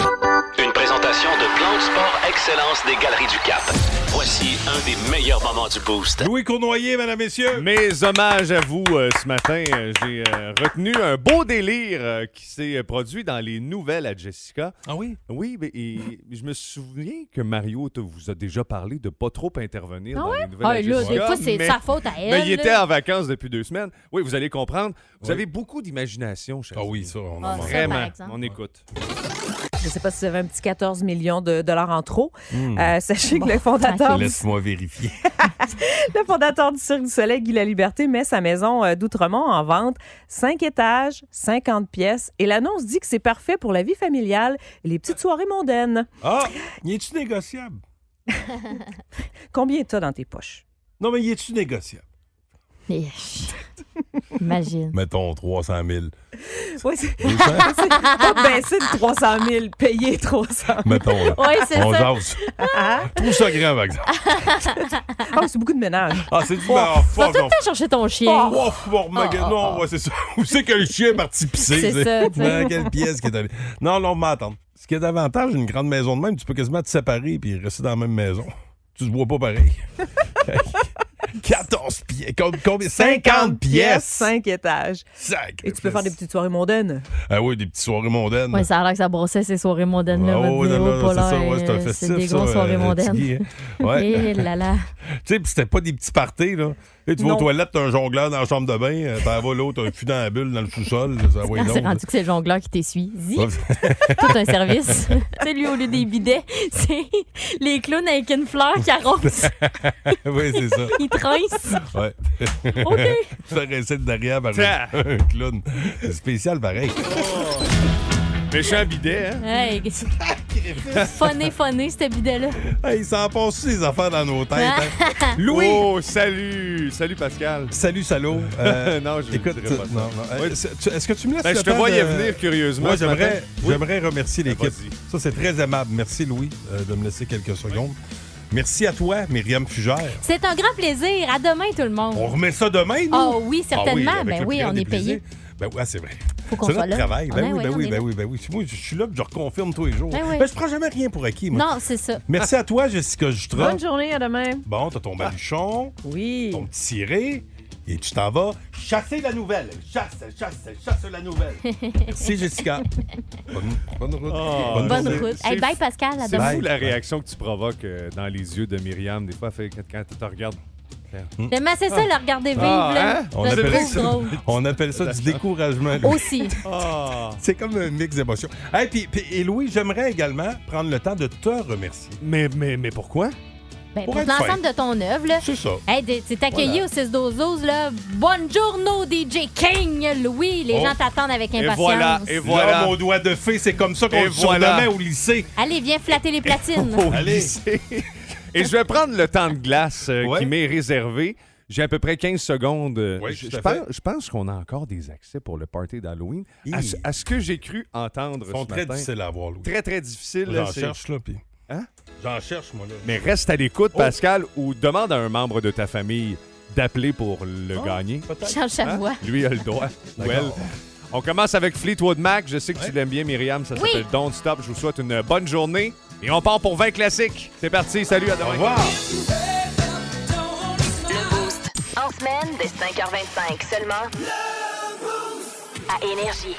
[SPEAKER 2] Une présentation de Plan de Sport Excellence des Galeries du Cap. Voici un des meilleurs moments du Boost.
[SPEAKER 3] Louis Cournoyer, mesdames, messieurs.
[SPEAKER 22] Mes hommages à vous euh, ce matin. Euh, J'ai euh, retenu un beau délire euh, qui s'est euh, produit dans les nouvelles à Jessica.
[SPEAKER 3] Ah oui?
[SPEAKER 22] Oui, mais- et je me souviens que Mario te- vous a déjà parlé de pas trop intervenir
[SPEAKER 8] Ah
[SPEAKER 22] dans
[SPEAKER 8] ouais?
[SPEAKER 22] les nouvelles à
[SPEAKER 8] Ah, là, des
[SPEAKER 22] Jessica.
[SPEAKER 8] fois, c'est de
[SPEAKER 22] mais-
[SPEAKER 8] sa faute
[SPEAKER 3] ben,
[SPEAKER 8] à elle,
[SPEAKER 22] Mais il
[SPEAKER 8] là.
[SPEAKER 22] était en vacances depuis deux semaines. Oui, vous allez comprendre. Vous avez beaucoup d'imagination, chers Ah oui,
[SPEAKER 3] ça, on
[SPEAKER 22] en
[SPEAKER 9] Ah, ça, par
[SPEAKER 22] Vraiment,
[SPEAKER 9] exemple.
[SPEAKER 22] on écoute.
[SPEAKER 9] Je ne sais pas si vous avez un petit 14 millions de dollars en trop.
[SPEAKER 22] Hmm.
[SPEAKER 9] Euh, sachez que le fondateur du
[SPEAKER 3] Laisse-moi vérifier.
[SPEAKER 9] Le fondateur du Cirque du Soleil, Guy Laliberté, met sa maison euh, d'Outremont en vente. Cinq étages, 50 pièces. Et l'annonce dit que c'est parfait pour la vie familiale et les petites soirées mondaines.
[SPEAKER 3] Ah, y est-tu négociable?
[SPEAKER 9] Combien t'as dans tes poches?
[SPEAKER 3] Non, mais y est-tu négociable?
[SPEAKER 8] Imagine.
[SPEAKER 9] <laughs>
[SPEAKER 3] Mettons 300 000.
[SPEAKER 9] Oui, c'est c'est pas baisser de 300 000, payer 300 000.
[SPEAKER 3] <laughs> Mettons, là.
[SPEAKER 9] Oui, c'est
[SPEAKER 3] On
[SPEAKER 9] ça.
[SPEAKER 3] jase. Je trouve ça grand, par
[SPEAKER 8] <laughs>
[SPEAKER 3] exemple.
[SPEAKER 9] Ah, c'est beaucoup de ménage.
[SPEAKER 3] <laughs> Ah, c'est du marrant.
[SPEAKER 8] Va tout le temps chercher ton chien.
[SPEAKER 3] Oh, oh, oh, ma gueule. non, ouais, c'est ça. <laughs> Où c'est que le chien est parti pisser?
[SPEAKER 8] Ah, C'est
[SPEAKER 3] tu sais?
[SPEAKER 8] ça, tu sais.
[SPEAKER 3] Dans quelle pièce qui est allé? Non, non, mais attends. Ce qui est d'avantage, une grande maison de même, tu peux quasiment te séparer puis rester dans la même maison. Tu te vois pas
[SPEAKER 8] <laughs>
[SPEAKER 3] pareil. 14 pièces. Combien? 50 pièces!
[SPEAKER 9] 5 étages. Et tu peux faire des petites soirées mondaines.
[SPEAKER 3] Ah oui, des petites soirées mondaines.
[SPEAKER 8] Ouais, ça a l'air que ça brossait ces soirées mondaines là.
[SPEAKER 3] Ah
[SPEAKER 8] votre
[SPEAKER 3] ouais, non,
[SPEAKER 8] vidéo,
[SPEAKER 3] non, c'est
[SPEAKER 8] pas
[SPEAKER 3] ça,
[SPEAKER 8] l'air,
[SPEAKER 3] ouais, c'est un
[SPEAKER 8] euh,
[SPEAKER 3] festif,
[SPEAKER 8] C'est des
[SPEAKER 3] ça,
[SPEAKER 8] grosses
[SPEAKER 3] euh,
[SPEAKER 8] soirées
[SPEAKER 3] le
[SPEAKER 8] mondaines.
[SPEAKER 3] petit guet. Ouais.
[SPEAKER 8] Eh
[SPEAKER 3] <laughs>
[SPEAKER 8] là là.
[SPEAKER 3] Tu sais, puis c'était pas des petits parties, là. Tu sais, tu vas
[SPEAKER 8] Non.
[SPEAKER 3] aux toilettes, t'as un jongleur dans la chambre de bain, euh, t'en vas l'autre, un fût dans la bulle, dans le sous-sol. Ça va
[SPEAKER 8] Ah,
[SPEAKER 3] être long,
[SPEAKER 8] c'est
[SPEAKER 3] là.
[SPEAKER 8] rendu que c'est le jongleur qui t'essuie. Zi,
[SPEAKER 3] Ouais.
[SPEAKER 8] tout un service. <laughs> tu sais, lui, au lieu des bidets, <laughs> c'est les clowns avec une fleur
[SPEAKER 3] <laughs>
[SPEAKER 8] qui arrose.
[SPEAKER 3] oui, c'est ça.
[SPEAKER 8] Ils trince.
[SPEAKER 3] Ouais.
[SPEAKER 8] OK.
[SPEAKER 3] Ça restait de derrière par
[SPEAKER 22] Ah.
[SPEAKER 3] un clown. C'est spécial pareil.
[SPEAKER 22] Oh. Méchant bidet, hein?
[SPEAKER 3] <laughs>
[SPEAKER 8] Hey, qu'est-ce que- funné, funné, ce bidet-là.
[SPEAKER 3] Hey, il s'en passe aussi des affaires dans nos têtes.
[SPEAKER 22] <laughs>
[SPEAKER 3] hein. Louis!
[SPEAKER 22] Oh, salut! Salut, Pascal.
[SPEAKER 3] Salut, salaud. Euh,
[SPEAKER 22] <laughs> Non, je
[SPEAKER 3] écoute,
[SPEAKER 22] dirais pas ça.
[SPEAKER 3] non, non. Euh,
[SPEAKER 22] Ouais.
[SPEAKER 3] c'est- tu- Est-ce que tu me laisses
[SPEAKER 22] Ben,
[SPEAKER 3] le
[SPEAKER 22] je te
[SPEAKER 3] temps
[SPEAKER 22] voyais
[SPEAKER 3] de-
[SPEAKER 22] venir curieusement
[SPEAKER 3] Ouais,
[SPEAKER 22] ce matin.
[SPEAKER 3] j'aimerais,
[SPEAKER 22] Oui. Ben,
[SPEAKER 3] j'aimerais remercier l'équipe.
[SPEAKER 22] vas-y.
[SPEAKER 3] Ça, c'est très aimable. Merci, Louis, euh, de me laisser quelques secondes. Merci à toi, Myriam Fugère.
[SPEAKER 8] C'est un grand plaisir. À demain, tout le monde.
[SPEAKER 3] On remet ça demain, nous?
[SPEAKER 8] Ah oui, certainement.
[SPEAKER 3] Ah oui, avec
[SPEAKER 8] Ben
[SPEAKER 3] le
[SPEAKER 8] oui,
[SPEAKER 3] plus grand
[SPEAKER 8] on
[SPEAKER 3] des
[SPEAKER 8] est payé.
[SPEAKER 3] plaisirs. Ben oui, ah, c'est vrai.
[SPEAKER 8] Faut qu'on
[SPEAKER 3] C'est
[SPEAKER 8] soit
[SPEAKER 3] notre
[SPEAKER 8] là.
[SPEAKER 3] travail. Ben
[SPEAKER 8] On
[SPEAKER 3] oui, ben
[SPEAKER 8] est- ouais, on
[SPEAKER 3] oui,
[SPEAKER 8] est
[SPEAKER 3] ben
[SPEAKER 8] là.
[SPEAKER 3] oui, ben oui. Moi, je suis là, puis je reconfirme tous les jours.
[SPEAKER 9] Ben
[SPEAKER 3] Ben
[SPEAKER 9] oui.
[SPEAKER 3] je prends jamais rien pour acquis, moi.
[SPEAKER 8] Non, c'est ça.
[SPEAKER 3] Merci à toi, Jessica Jutras.
[SPEAKER 9] Bonne journée, à demain.
[SPEAKER 3] Bon, t'as ton baluchon.
[SPEAKER 9] Oui.
[SPEAKER 3] Ton petit ciré. Et tu t'en vas chasser la nouvelle. Chasse, chasse, chasse la nouvelle. Merci, Jessica. Bonne, bonne route.
[SPEAKER 22] Ah,
[SPEAKER 8] Bonne
[SPEAKER 22] c'est-
[SPEAKER 8] route.
[SPEAKER 22] c'est
[SPEAKER 8] Hey, bye, Pascal. À
[SPEAKER 22] C'est
[SPEAKER 8] demain.
[SPEAKER 22] fou la réaction que tu provoques euh, dans les yeux de Myriam des fois fait, quand quand tu te regardes
[SPEAKER 8] Mais c'est ça, le regarder vivre, là.
[SPEAKER 3] On,
[SPEAKER 8] Je le
[SPEAKER 3] appelle
[SPEAKER 8] trouve
[SPEAKER 3] ça, <laughs>
[SPEAKER 8] drôle.
[SPEAKER 3] on appelle ça du découragement. Louis.
[SPEAKER 8] Aussi. Ben,
[SPEAKER 3] C'est comme un mix d'émotions. Hey, puis- puis- et Louis, j'aimerais également prendre le temps de te remercier. Mais, mais, mais pourquoi?
[SPEAKER 8] Ben,
[SPEAKER 3] Pour
[SPEAKER 8] pour
[SPEAKER 3] être
[SPEAKER 8] l'ensemble
[SPEAKER 3] fin.
[SPEAKER 8] de ton œuvre, là.
[SPEAKER 3] C'est ça.
[SPEAKER 8] Hey, t'es- t'es accueilli
[SPEAKER 3] Voilà.
[SPEAKER 8] au 6 12 12 là. Buongiorno, DJ King. Louis, les
[SPEAKER 3] Oh.
[SPEAKER 8] gens t'attendent avec impatience.
[SPEAKER 3] et voilà. mon doigt de fée, c'est comme ça qu'on
[SPEAKER 22] Et
[SPEAKER 3] le
[SPEAKER 22] voilà.
[SPEAKER 3] surnommait au lycée.
[SPEAKER 8] Allez, viens flatter les platines.
[SPEAKER 3] Oh.
[SPEAKER 22] Allez.
[SPEAKER 3] <laughs>
[SPEAKER 22] Et je vais prendre le temps de glace euh,
[SPEAKER 3] Ouais.
[SPEAKER 22] qui m'est réservé. J'ai à peu près 15 secondes. euh,
[SPEAKER 3] Oui,
[SPEAKER 22] je,
[SPEAKER 3] tout à
[SPEAKER 22] je pense,
[SPEAKER 3] fait.
[SPEAKER 22] je pense qu'on a encore des accès pour le party d'Halloween.
[SPEAKER 3] Hi.
[SPEAKER 22] À, ce- à ce que j'ai cru entendre
[SPEAKER 3] Ils sont
[SPEAKER 22] ce
[SPEAKER 3] très
[SPEAKER 22] matin.
[SPEAKER 3] difficiles à avoir, Louis.
[SPEAKER 22] Très, très difficiles. là,
[SPEAKER 3] J'en
[SPEAKER 22] c'est-
[SPEAKER 3] cherche, là, puis...
[SPEAKER 22] Hein?
[SPEAKER 3] J'en cherche, moi, là.
[SPEAKER 22] Mais reste à l'écoute,
[SPEAKER 3] Oh.
[SPEAKER 22] Pascal, ou demande à un membre de ta famille d'appeler pour le
[SPEAKER 3] Oh,
[SPEAKER 22] gagner.
[SPEAKER 3] peut-être.
[SPEAKER 8] Charles Chavois.
[SPEAKER 22] Lui a le droit. ou
[SPEAKER 3] D'accord.
[SPEAKER 22] elle. On commence avec Fleetwood Mac. Je sais que tu l'aimes bien, Myriam. Ça
[SPEAKER 8] Oui.
[SPEAKER 22] s'appelle Don't Stop. Je vous souhaite une bonne journée. Et on part pour 20 classiques. C'est parti. Salut, à demain. Au revoir.
[SPEAKER 23] Le Boost. En semaine, dès 5h25 seulement. À Énergie.